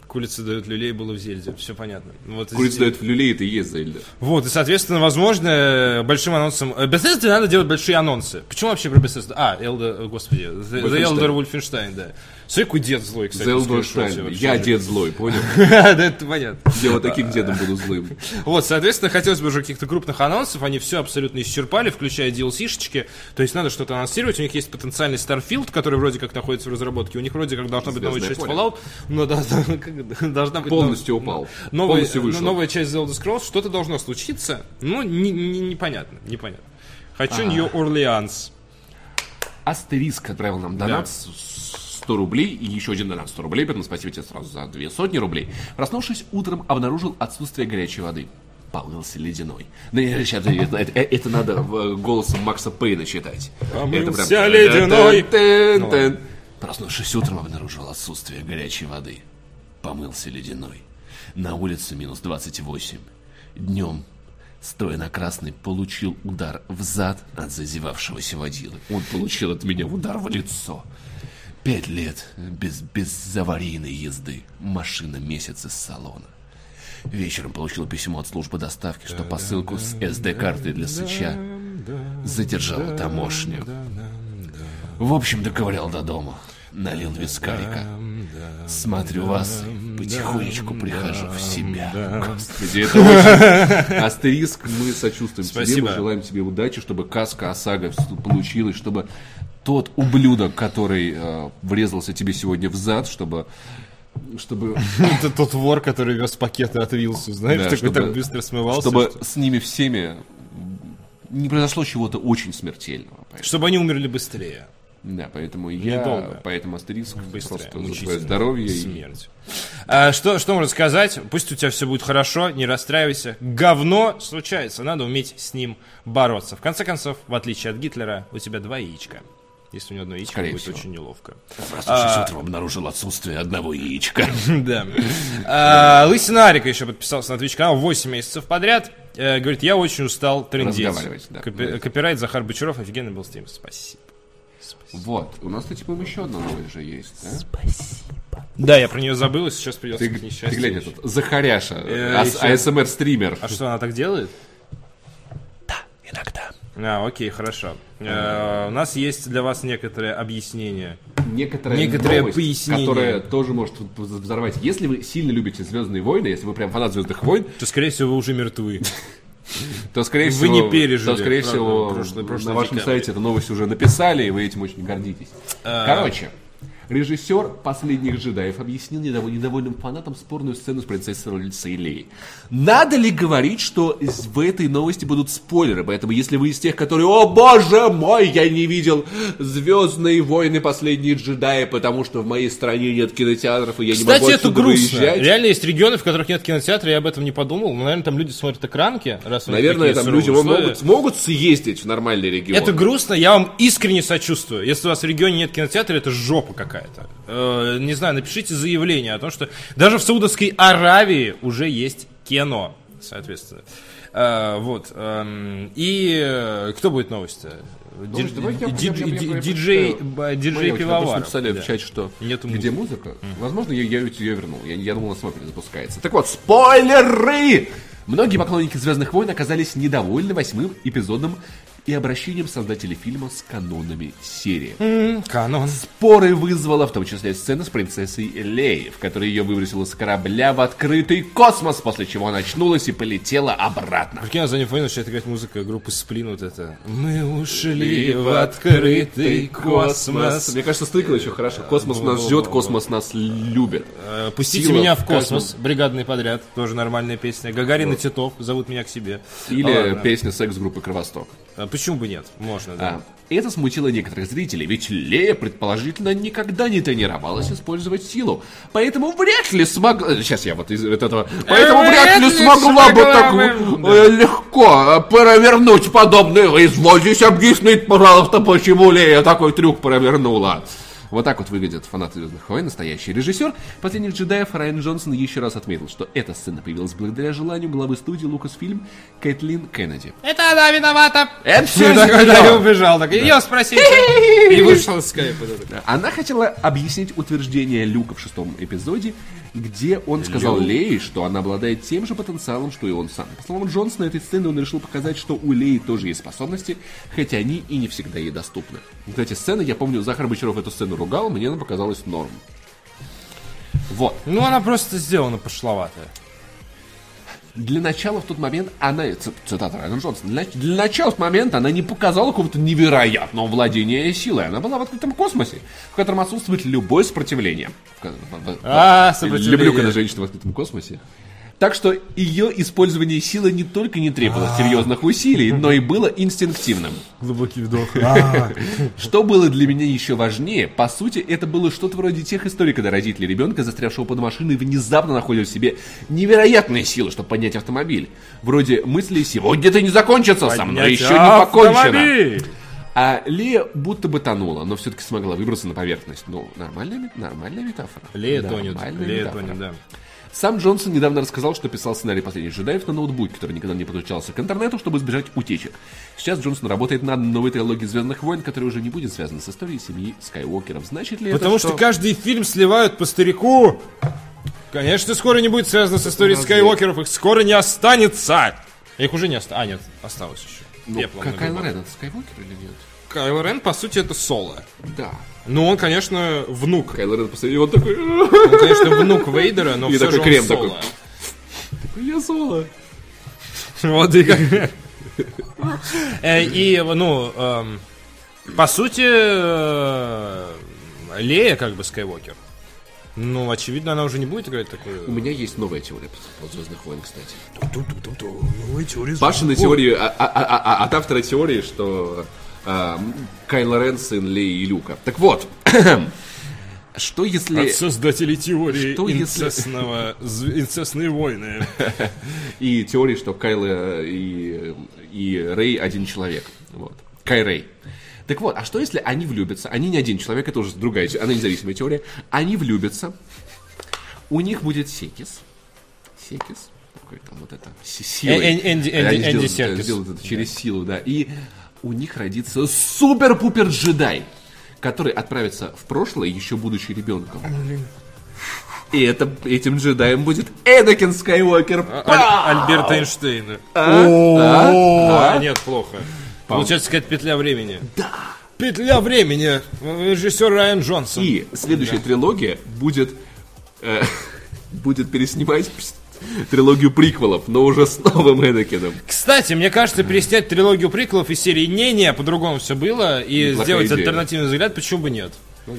Speaker 1: Курица дает люлей, было в Зельде. Все понятно. Ну, Вот и
Speaker 2: Курица
Speaker 1: здесь.
Speaker 2: дает в люлей, это и есть Зельда.
Speaker 1: Вот, и, соответственно, возможно, большим анонсом... э, Bethesda надо делать большие анонсы. Почему вообще про Bethesda? А, Elder... э, Господи, The, The
Speaker 2: Wolfenstein.
Speaker 1: Elder Wolfenstein, да. Смотри, какой дед злой, кстати.
Speaker 2: Зельда
Speaker 1: скриншот
Speaker 2: Штайн.
Speaker 1: вообще.
Speaker 2: Я дед злой, понял?
Speaker 1: <laughs> Да, это понятно.
Speaker 2: Я вот таким дедом буду злым.
Speaker 1: Вот, соответственно, хотелось бы уже каких-то крупных анонсов. Они все абсолютно исчерпали, включая DLC-шечки. То есть надо что-то анонсировать. У них есть потенциальный Starfield, который вроде как находится в разработке. У них вроде как должна быть новая часть
Speaker 2: Звездное
Speaker 1: Fallout. Но да- <laughs> как- должна быть...
Speaker 2: Полностью
Speaker 1: нов-
Speaker 2: упал.
Speaker 1: новая-
Speaker 2: Полностью
Speaker 1: ну,
Speaker 2: вышел.
Speaker 1: Новая часть The Elder Scrolls. Что-то должно случиться. Ну, не- не- непонятно. Непонятно.
Speaker 2: А.
Speaker 1: Хочу Нью-Орлеанс.
Speaker 2: Астериск отправил нам
Speaker 1: Да.
Speaker 2: донат с- с 100 рублей и еще один донат 100 рублей, поэтому спасибо тебе сразу за две сотни рублей. Проснувшись утром, обнаружил отсутствие горячей воды. Полнился ледяной. Ну, я сейчас- это, это- это надо в- э, голосом Макса Пейна читать.
Speaker 1: Помылся
Speaker 2: Это прям- э,
Speaker 1: ледяной.
Speaker 2: Тын-тын-тын. Проснувшись утром, обнаружил отсутствие горячей воды. Помылся ледяной. На улице минус 28. Днем, стоя на красной, получил удар в зад от зазевавшегося водилы. Он получил от меня удар в лицо. Пять лет без, без аварийной езды. Машина месяц из салона. Вечером получил письмо от службы доставки, что посылку с SD-картой для сыча задержала таможня. <laughs> В общем, доковырял до дома. Налил вискарика. Смотрю вас, и потихонечку прихожу в себя. Господи, это очень... Астериск, мы сочувствуем тебе,
Speaker 1: Спасибо.
Speaker 2: мы желаем тебе удачи, чтобы каска ОСАГО вс- получилась, чтобы тот ублюдок, который э, врезался тебе сегодня в зад, чтобы... Чтобы,
Speaker 1: Это тот вор, который вез пакеты от Вилсу, знаешь,
Speaker 2: да,
Speaker 1: такой
Speaker 2: чтобы-
Speaker 1: так быстро смывался.
Speaker 2: чтобы
Speaker 1: что-
Speaker 2: с ними всеми не произошло чего-то очень смертельного. Поэтому-
Speaker 1: Чтобы они умерли быстрее.
Speaker 2: Да, поэтому я,
Speaker 1: Недолго.
Speaker 2: поэтому Астериск
Speaker 1: Быстрее,
Speaker 2: просто за твое
Speaker 1: мучительно.
Speaker 2: здоровье. и-
Speaker 1: Смерть. А, что, что можно сказать? Пусть у тебя все будет хорошо, не расстраивайся. Говно случается, надо уметь с ним бороться. В конце концов, в отличие от Гитлера, у тебя два яичка. Если у него одно яичко,
Speaker 2: Скорее
Speaker 1: будет
Speaker 2: всего.
Speaker 1: очень неловко. <laughs>
Speaker 2: Проснувшись утром, обнаружил отсутствие одного яичка.
Speaker 1: Да. А, Лысина Арика еще подписался на Twitch канал 8 месяцев подряд. Э, Говорит, я очень устал трендеть.
Speaker 2: Разговаривать, да.
Speaker 1: Копи- Копирайт Захар Бочаров, офигенный был стрим. Спасибо.
Speaker 2: Вот. У нас, по-моему, еще одна новая же есть, да?
Speaker 1: Да, я про нее забыл, и сейчас придется
Speaker 2: Ты,
Speaker 1: к несчастью.
Speaker 2: ты глянь, этот Захаряша, а
Speaker 1: Э,
Speaker 2: ас-
Speaker 1: еще-
Speaker 2: АСМР-стример.
Speaker 1: А что, она так делает?
Speaker 2: Иногда.
Speaker 1: А, окей, хорошо. Э, У нас есть для вас некоторое объяснение.
Speaker 2: Некоторая
Speaker 1: Некоторое
Speaker 2: новость,
Speaker 1: пояснение.
Speaker 2: которая тоже может в- в- взорвать. Если вы сильно любите «Звездные войны», если вы прям фанат «Звездных войн»,
Speaker 1: То, скорее всего, вы уже мертвы.
Speaker 2: то, скорее
Speaker 1: Вы
Speaker 2: всего...
Speaker 1: не пережили,
Speaker 2: То, скорее
Speaker 1: правда,
Speaker 2: всего,
Speaker 1: прошлое- прошлое
Speaker 2: на вашем
Speaker 1: декабрь. А.
Speaker 2: сайте эту новость уже написали, и вы этим очень гордитесь. Короче, Режиссер «Последних джедаев» объяснил недов- недовольным фанатам спорную сцену с принцессой Лейлей. Надо ли говорить, что из- в этой новости будут спойлеры? Поэтому, если вы из тех, которые «О боже мой, я не видел Звездные войны. Последние джедаи», потому что в моей стране нет кинотеатров, и я не
Speaker 1: Кстати,
Speaker 2: могу
Speaker 1: это
Speaker 2: отсюда
Speaker 1: грустно.
Speaker 2: выезжать».
Speaker 1: Реально есть регионы, в которых нет кинотеатра, я об этом не подумал. Но, наверное, там люди смотрят экранки, раз у них
Speaker 2: Наверное,
Speaker 1: такие
Speaker 2: там
Speaker 1: суровые
Speaker 2: люди вон
Speaker 1: условия.
Speaker 2: могут, могут съездить в нормальный регион.
Speaker 1: Это грустно, я вам искренне сочувствую. Если у вас в регионе нет кинотеатра, это жопа какая-то. Э, не знаю, напишите заявление о том, что даже в Саудовской Аравии уже есть кино, соответственно. Э, вот. эм, и э, кто будет новости? Ди-
Speaker 2: Слушай, давай я-
Speaker 1: ди-
Speaker 2: я- я- я-
Speaker 1: ди-
Speaker 2: я-
Speaker 1: Диджей
Speaker 2: прочитаю.
Speaker 1: ба-
Speaker 2: Смотри,
Speaker 1: диджей
Speaker 2: вот там просто
Speaker 1: Пивовар.
Speaker 2: написали
Speaker 1: Да.
Speaker 2: в чате, что
Speaker 1: Нету
Speaker 2: где музыка? Возможно, я, я ее вернул. Я, я думал, на смокере запускается. Так вот, спойлеры! Многие поклонники «Звездных войн» оказались недовольны восьмым эпизодом и обращением создателей фильма с канонами серии.
Speaker 1: М, Канон.
Speaker 2: Споры вызвала в том числе сцена с принцессой Лей, в которой ее выбросило с корабля в открытый космос, после чего она очнулась и полетела обратно.
Speaker 1: Прикинь, я за ним понял, что это какая-то музыка группы Сплин вот это. Мы ушли в открытый космос.
Speaker 2: Мне кажется, стыкал еще хорошо. Космос нас ждет, космос нас любит.
Speaker 1: Э, Пустите
Speaker 2: Сила
Speaker 1: меня
Speaker 2: в
Speaker 1: в космос. Бригадный подряд. Тоже нормальная песня. Гагарин и Титов. Зовут меня к себе. Ну
Speaker 2: Или
Speaker 1: ладно.
Speaker 2: песня секс-группы «Кровосток».
Speaker 1: А Почему бы нет? Можно, да.
Speaker 2: А, Это смутило некоторых зрителей, ведь Лея, предположительно, никогда не тренировалась использовать силу. Поэтому вряд ли смогла... Сейчас я вот из этого... Поэтому Э, вряд ли смогла бы так э, легко э, провернуть подобное. Извозись объяснить, пожалуйста, почему Лея такой трюк провернула. Вот так вот выглядят фанаты «Звездных войн», настоящий режиссер. «Последних джедаев» Райан Джонсон еще раз отметил, что эта сцена появилась благодаря желанию главы студии Lucasfilm Кэтлин Кеннеди.
Speaker 1: Это она <laughs> виновата.
Speaker 2: Это всё
Speaker 1: И так,
Speaker 2: из-за
Speaker 1: да,
Speaker 2: неё.
Speaker 1: и убежал. Так, ее спросили.
Speaker 2: <laughs>
Speaker 1: И вышел из скайпа. да, да.
Speaker 2: Она хотела объяснить утверждение Люка в шестом эпизоде, где он сказал Леи, что она обладает тем же потенциалом, что и он сам. По словам Джонсона, этой сцены он решил показать, что у Леи тоже есть способности, хотя они и не всегда ей доступны. Вот эти сцены, я помню, Захар Бочаров эту сцену ругал, мне она показалась норм. Вот.
Speaker 1: Ну, она просто сделана пошловатая.
Speaker 2: Для начала в тот момент она, ц- цитата Райана Джонсона, для, для начала в тот момент она не показала какого-то невероятного владения силой. Она была в открытом космосе, в котором отсутствует любое сопротивление. В ко- в- в-
Speaker 1: А, сопротивление. <laughs>
Speaker 2: Люблю, когда женщина в открытом космосе. Так что ее использование силы не только не требовало
Speaker 1: А.
Speaker 2: серьезных усилий, но и было инстинктивным.
Speaker 1: Глубокий вдох. А.
Speaker 2: Что было для меня еще важнее, по сути, это было что-то вроде тех историй, когда родители ребенка, застрявшего под машиной, внезапно находят в себе невероятные силы, чтобы поднять автомобиль. Вроде мысли «Сегодня это не закончится, со мной еще не покончено». А Лея будто бы тонула, но все-таки смогла выбраться на поверхность. Ну, нормальная, мет- нормальная метафора.
Speaker 1: Лея
Speaker 2: Да,
Speaker 1: тонет.
Speaker 2: нормальная
Speaker 1: Лея
Speaker 2: метафора.
Speaker 1: тонет, да.
Speaker 2: Сам Джонсон недавно рассказал, что писал сценарий «Последних джедаев» на ноутбуке, который никогда не подключался к интернету, чтобы избежать утечек. Сейчас Джонсон работает над новой трилогией «Звездных войн», которая уже не будет связана с историей семьи Скайуокеров. Значит ли
Speaker 1: Потому
Speaker 2: это,
Speaker 1: что каждый фильм сливают по старику. Конечно, скоро не будет связано с историей Скайуокеров. Их скоро не останется. Их уже не осталось. А, нет, осталось еще.
Speaker 2: Ну,
Speaker 1: Пеплом
Speaker 2: как Кайл
Speaker 1: набивал.
Speaker 2: Рен, это Скайуокер или нет?
Speaker 1: Кайло Рен, по сути, это соло.
Speaker 2: Да.
Speaker 1: Ну, он, конечно,
Speaker 2: <laughs>
Speaker 1: внук.
Speaker 2: Кайл Рен посмотрел, и он такой...
Speaker 1: Он, конечно, внук Вейдера, но
Speaker 2: И
Speaker 1: все
Speaker 2: такой
Speaker 1: же он
Speaker 2: крем
Speaker 1: соло.
Speaker 2: Я соло.
Speaker 1: <laughs> Вот и как. Э, И, ну, эм, по сути, э, Лея как бы Скайуокер. Ну, очевидно, она уже не будет играть такую...
Speaker 2: У меня есть новая теория по «Звездных войн», кстати. Пашина теория а- а- а- а- а- от автора теории, что а, м, Кайло Рен сын Леи и Люка. Так вот, <clears throat> что если...
Speaker 1: От создателей теории
Speaker 2: Что если-
Speaker 1: инцестного... зв- Инцестные войны.
Speaker 2: И теории, что Кайла и, и Рэй один человек. Вот. Кай Рэй. Так вот, а что если они влюбятся? Они не один человек, это уже другая, те- она независимая теория. Они влюбятся, у них будет секис. Секис. Какой там вот это? с- силой.
Speaker 1: Э- Эн- Энди- Энди-
Speaker 2: Они
Speaker 1: Энди
Speaker 2: сделают-
Speaker 1: Серкис.
Speaker 2: сделают это через силу, да. И у них родится супер-пупер джедай, который отправится в прошлое, еще будучи ребенком. И это, этим джедаем будет Энакин
Speaker 1: А,
Speaker 2: Скайуокер. Пау!
Speaker 1: <laughs> Аль- Альберт Эйнштейн. А, нет, плохо. Получается, какая-то петля времени. Да. Петля времени. Режиссер Райан Джонсон.
Speaker 2: И следующая трилогия будет э, <laughs> будет переснимать пс- трилогию приквелов, но уже с новым Энакином.
Speaker 1: Кстати, мне кажется, переснять трилогию приколов из серии «Не-не», по-другому все было, и
Speaker 2: Неплохая
Speaker 1: сделать
Speaker 2: идея. Ну,
Speaker 1: альтернативный взгляд, почему бы нет?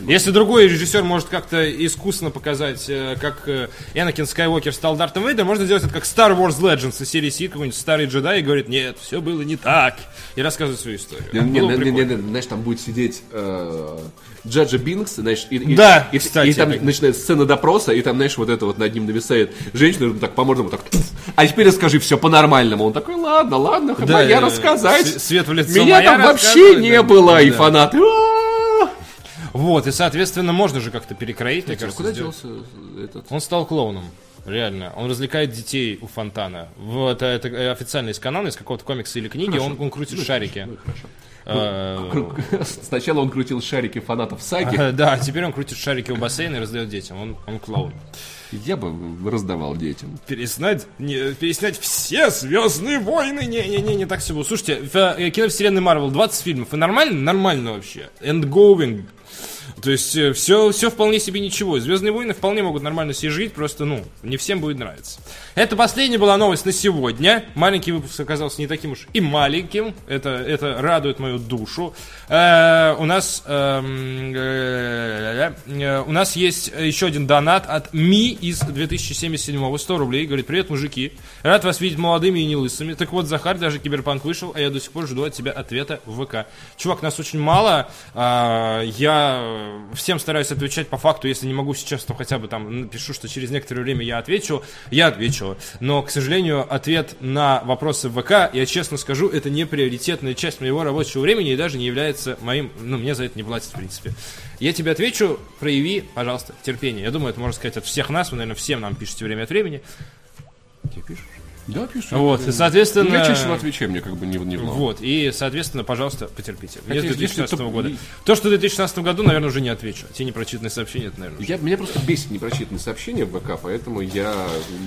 Speaker 1: Если другой режиссер может как-то искусно показать, э, как э, Энакин Скайуокер стал Дартом Вейдером, можно сделать это как Star Wars Legends из серии Си, какой-нибудь старый джедай, и говорит, нет, все было не так, и рассказывает свою историю.
Speaker 2: Не, не,
Speaker 1: Было бы
Speaker 2: не, не,
Speaker 1: прикольно.
Speaker 2: не, знаешь, там будет сидеть э, Джаджа Бинкс, знаешь, и, и-
Speaker 1: Да,
Speaker 2: и,
Speaker 1: кстати,
Speaker 2: и там
Speaker 1: это-
Speaker 2: начинается сцена допроса, и там, знаешь, вот это вот над ним нависает женщина, ну, так по мордам, вот так, «Пф, а теперь расскажи все по-нормальному. Он такой, ладно, ладно,
Speaker 1: Да,
Speaker 2: моя
Speaker 1: э,
Speaker 2: рассказать.
Speaker 1: с- свет в лицо
Speaker 2: Меня
Speaker 1: моя
Speaker 2: там вообще
Speaker 1: рассказывать,
Speaker 2: не
Speaker 1: да.
Speaker 2: было, и
Speaker 1: Да.
Speaker 2: фанаты. «А-а-а!»
Speaker 1: Вот, и, соответственно, можно же как-то перекроить, мне кажется.
Speaker 2: а Куда
Speaker 1: сделать.
Speaker 2: делся этот?
Speaker 1: Он стал клоуном. Реально. Он развлекает детей у фонтана. Вот э, это э, официально из канала, из какого-то комикса или книги. Он, он крутит шарики. <laughs> Э,
Speaker 2: Круг. <laughs> Сначала он крутил шарики фанатов саги.
Speaker 1: э, Да, теперь он крутит шарики у бассейна и раздает детям. Он, он клоун.
Speaker 2: Я бы раздавал детям.
Speaker 1: Переснять, не, переснять все Звездные войны. Не-не-не, не так всего. Слушайте, в э, киновселенной Марвел 20 фильмов. И нормально? Нормально вообще. Эндгоуинг. То есть все, все вполне себе ничего. Звездные войны вполне могут нормально себе жить, просто, ну, не всем будет нравиться. Это последняя была новость на сегодня. Маленький выпуск оказался не таким уж и маленьким. Это, это радует мою душу. Э, у нас эм, э, э, у нас есть еще один донат от Ми из 2077 100 рублей. Говорит, привет, мужики. Рад вас видеть молодыми и не лысыми. Так вот, Захар, даже Киберпанк вышел, а я до сих пор жду от тебя ответа в ВК. Чувак, нас очень мало. а, Я всем стараюсь отвечать по факту. Если не могу сейчас, то хотя бы там напишу, что через некоторое время я отвечу. Я отвечу. Но, к сожалению, ответ на вопросы в ВК, я честно скажу, это не приоритетная часть моего рабочего времени и даже не является моим... Ну, мне за это не платят, в принципе. Я тебе отвечу, прояви, пожалуйста, терпение. Я думаю, это можно сказать от всех нас. Вы, наверное, всем нам пишете время от времени.
Speaker 2: Да, пишу.
Speaker 1: Вот, и, соответственно...
Speaker 2: Я чаще всего отвечаю, мне как бы не, не влом.
Speaker 1: Вот, и, соответственно, пожалуйста, потерпите. Мне с
Speaker 2: если-
Speaker 1: 2016
Speaker 2: если-
Speaker 1: года. То, что в 2016 году, наверное, уже не отвечу. Те непрочитанные сообщения, это, наверное, уже-
Speaker 2: Я, меня просто бесит непрочитанные сообщения в ВК, поэтому я,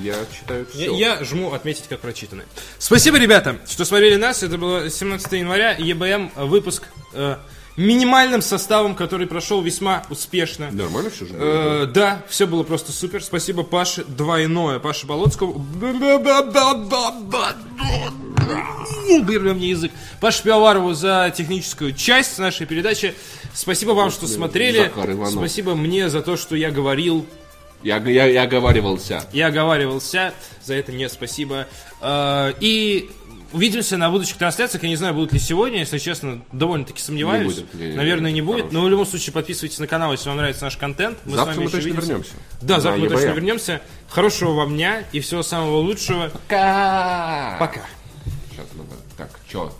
Speaker 2: я читаю все.
Speaker 1: Я, я жму отметить как прочитанное. Спасибо, ребята, что смотрели нас. Это было 17 января, ЕБМ, э, выпуск э, минимальным составом, который прошел весьма успешно.
Speaker 2: Нормально все же? было?
Speaker 1: Э, да, все было просто супер. Спасибо Паше двойное. Паше Болоцкому. Уберли мне язык. Паше Пиаварову за техническую часть нашей передачи. Спасибо вам, что смотрели.
Speaker 2: Захар Иванов.
Speaker 1: Спасибо мне за то, что я говорил
Speaker 2: Я, я, я оговаривался.
Speaker 1: я оговаривался, за это не спасибо. Э, И увидимся на будущих трансляциях. Я не знаю, будут ли сегодня, если честно, довольно-таки сомневаюсь.
Speaker 2: Не будет. Не, не, не.
Speaker 1: Наверное, не будет.
Speaker 2: Хорош.
Speaker 1: Но в любом случае подписывайтесь на канал, если вам нравится наш контент. с
Speaker 2: Завтра
Speaker 1: вами
Speaker 2: мы
Speaker 1: еще
Speaker 2: точно
Speaker 1: увидимся.
Speaker 2: вернемся.
Speaker 1: Да, завтра
Speaker 2: На
Speaker 1: мы точно
Speaker 2: EBM.
Speaker 1: вернемся. Хорошего вам дня и всего самого лучшего.
Speaker 2: Пока!
Speaker 1: Пока.
Speaker 2: Сейчас надо. Так, чё?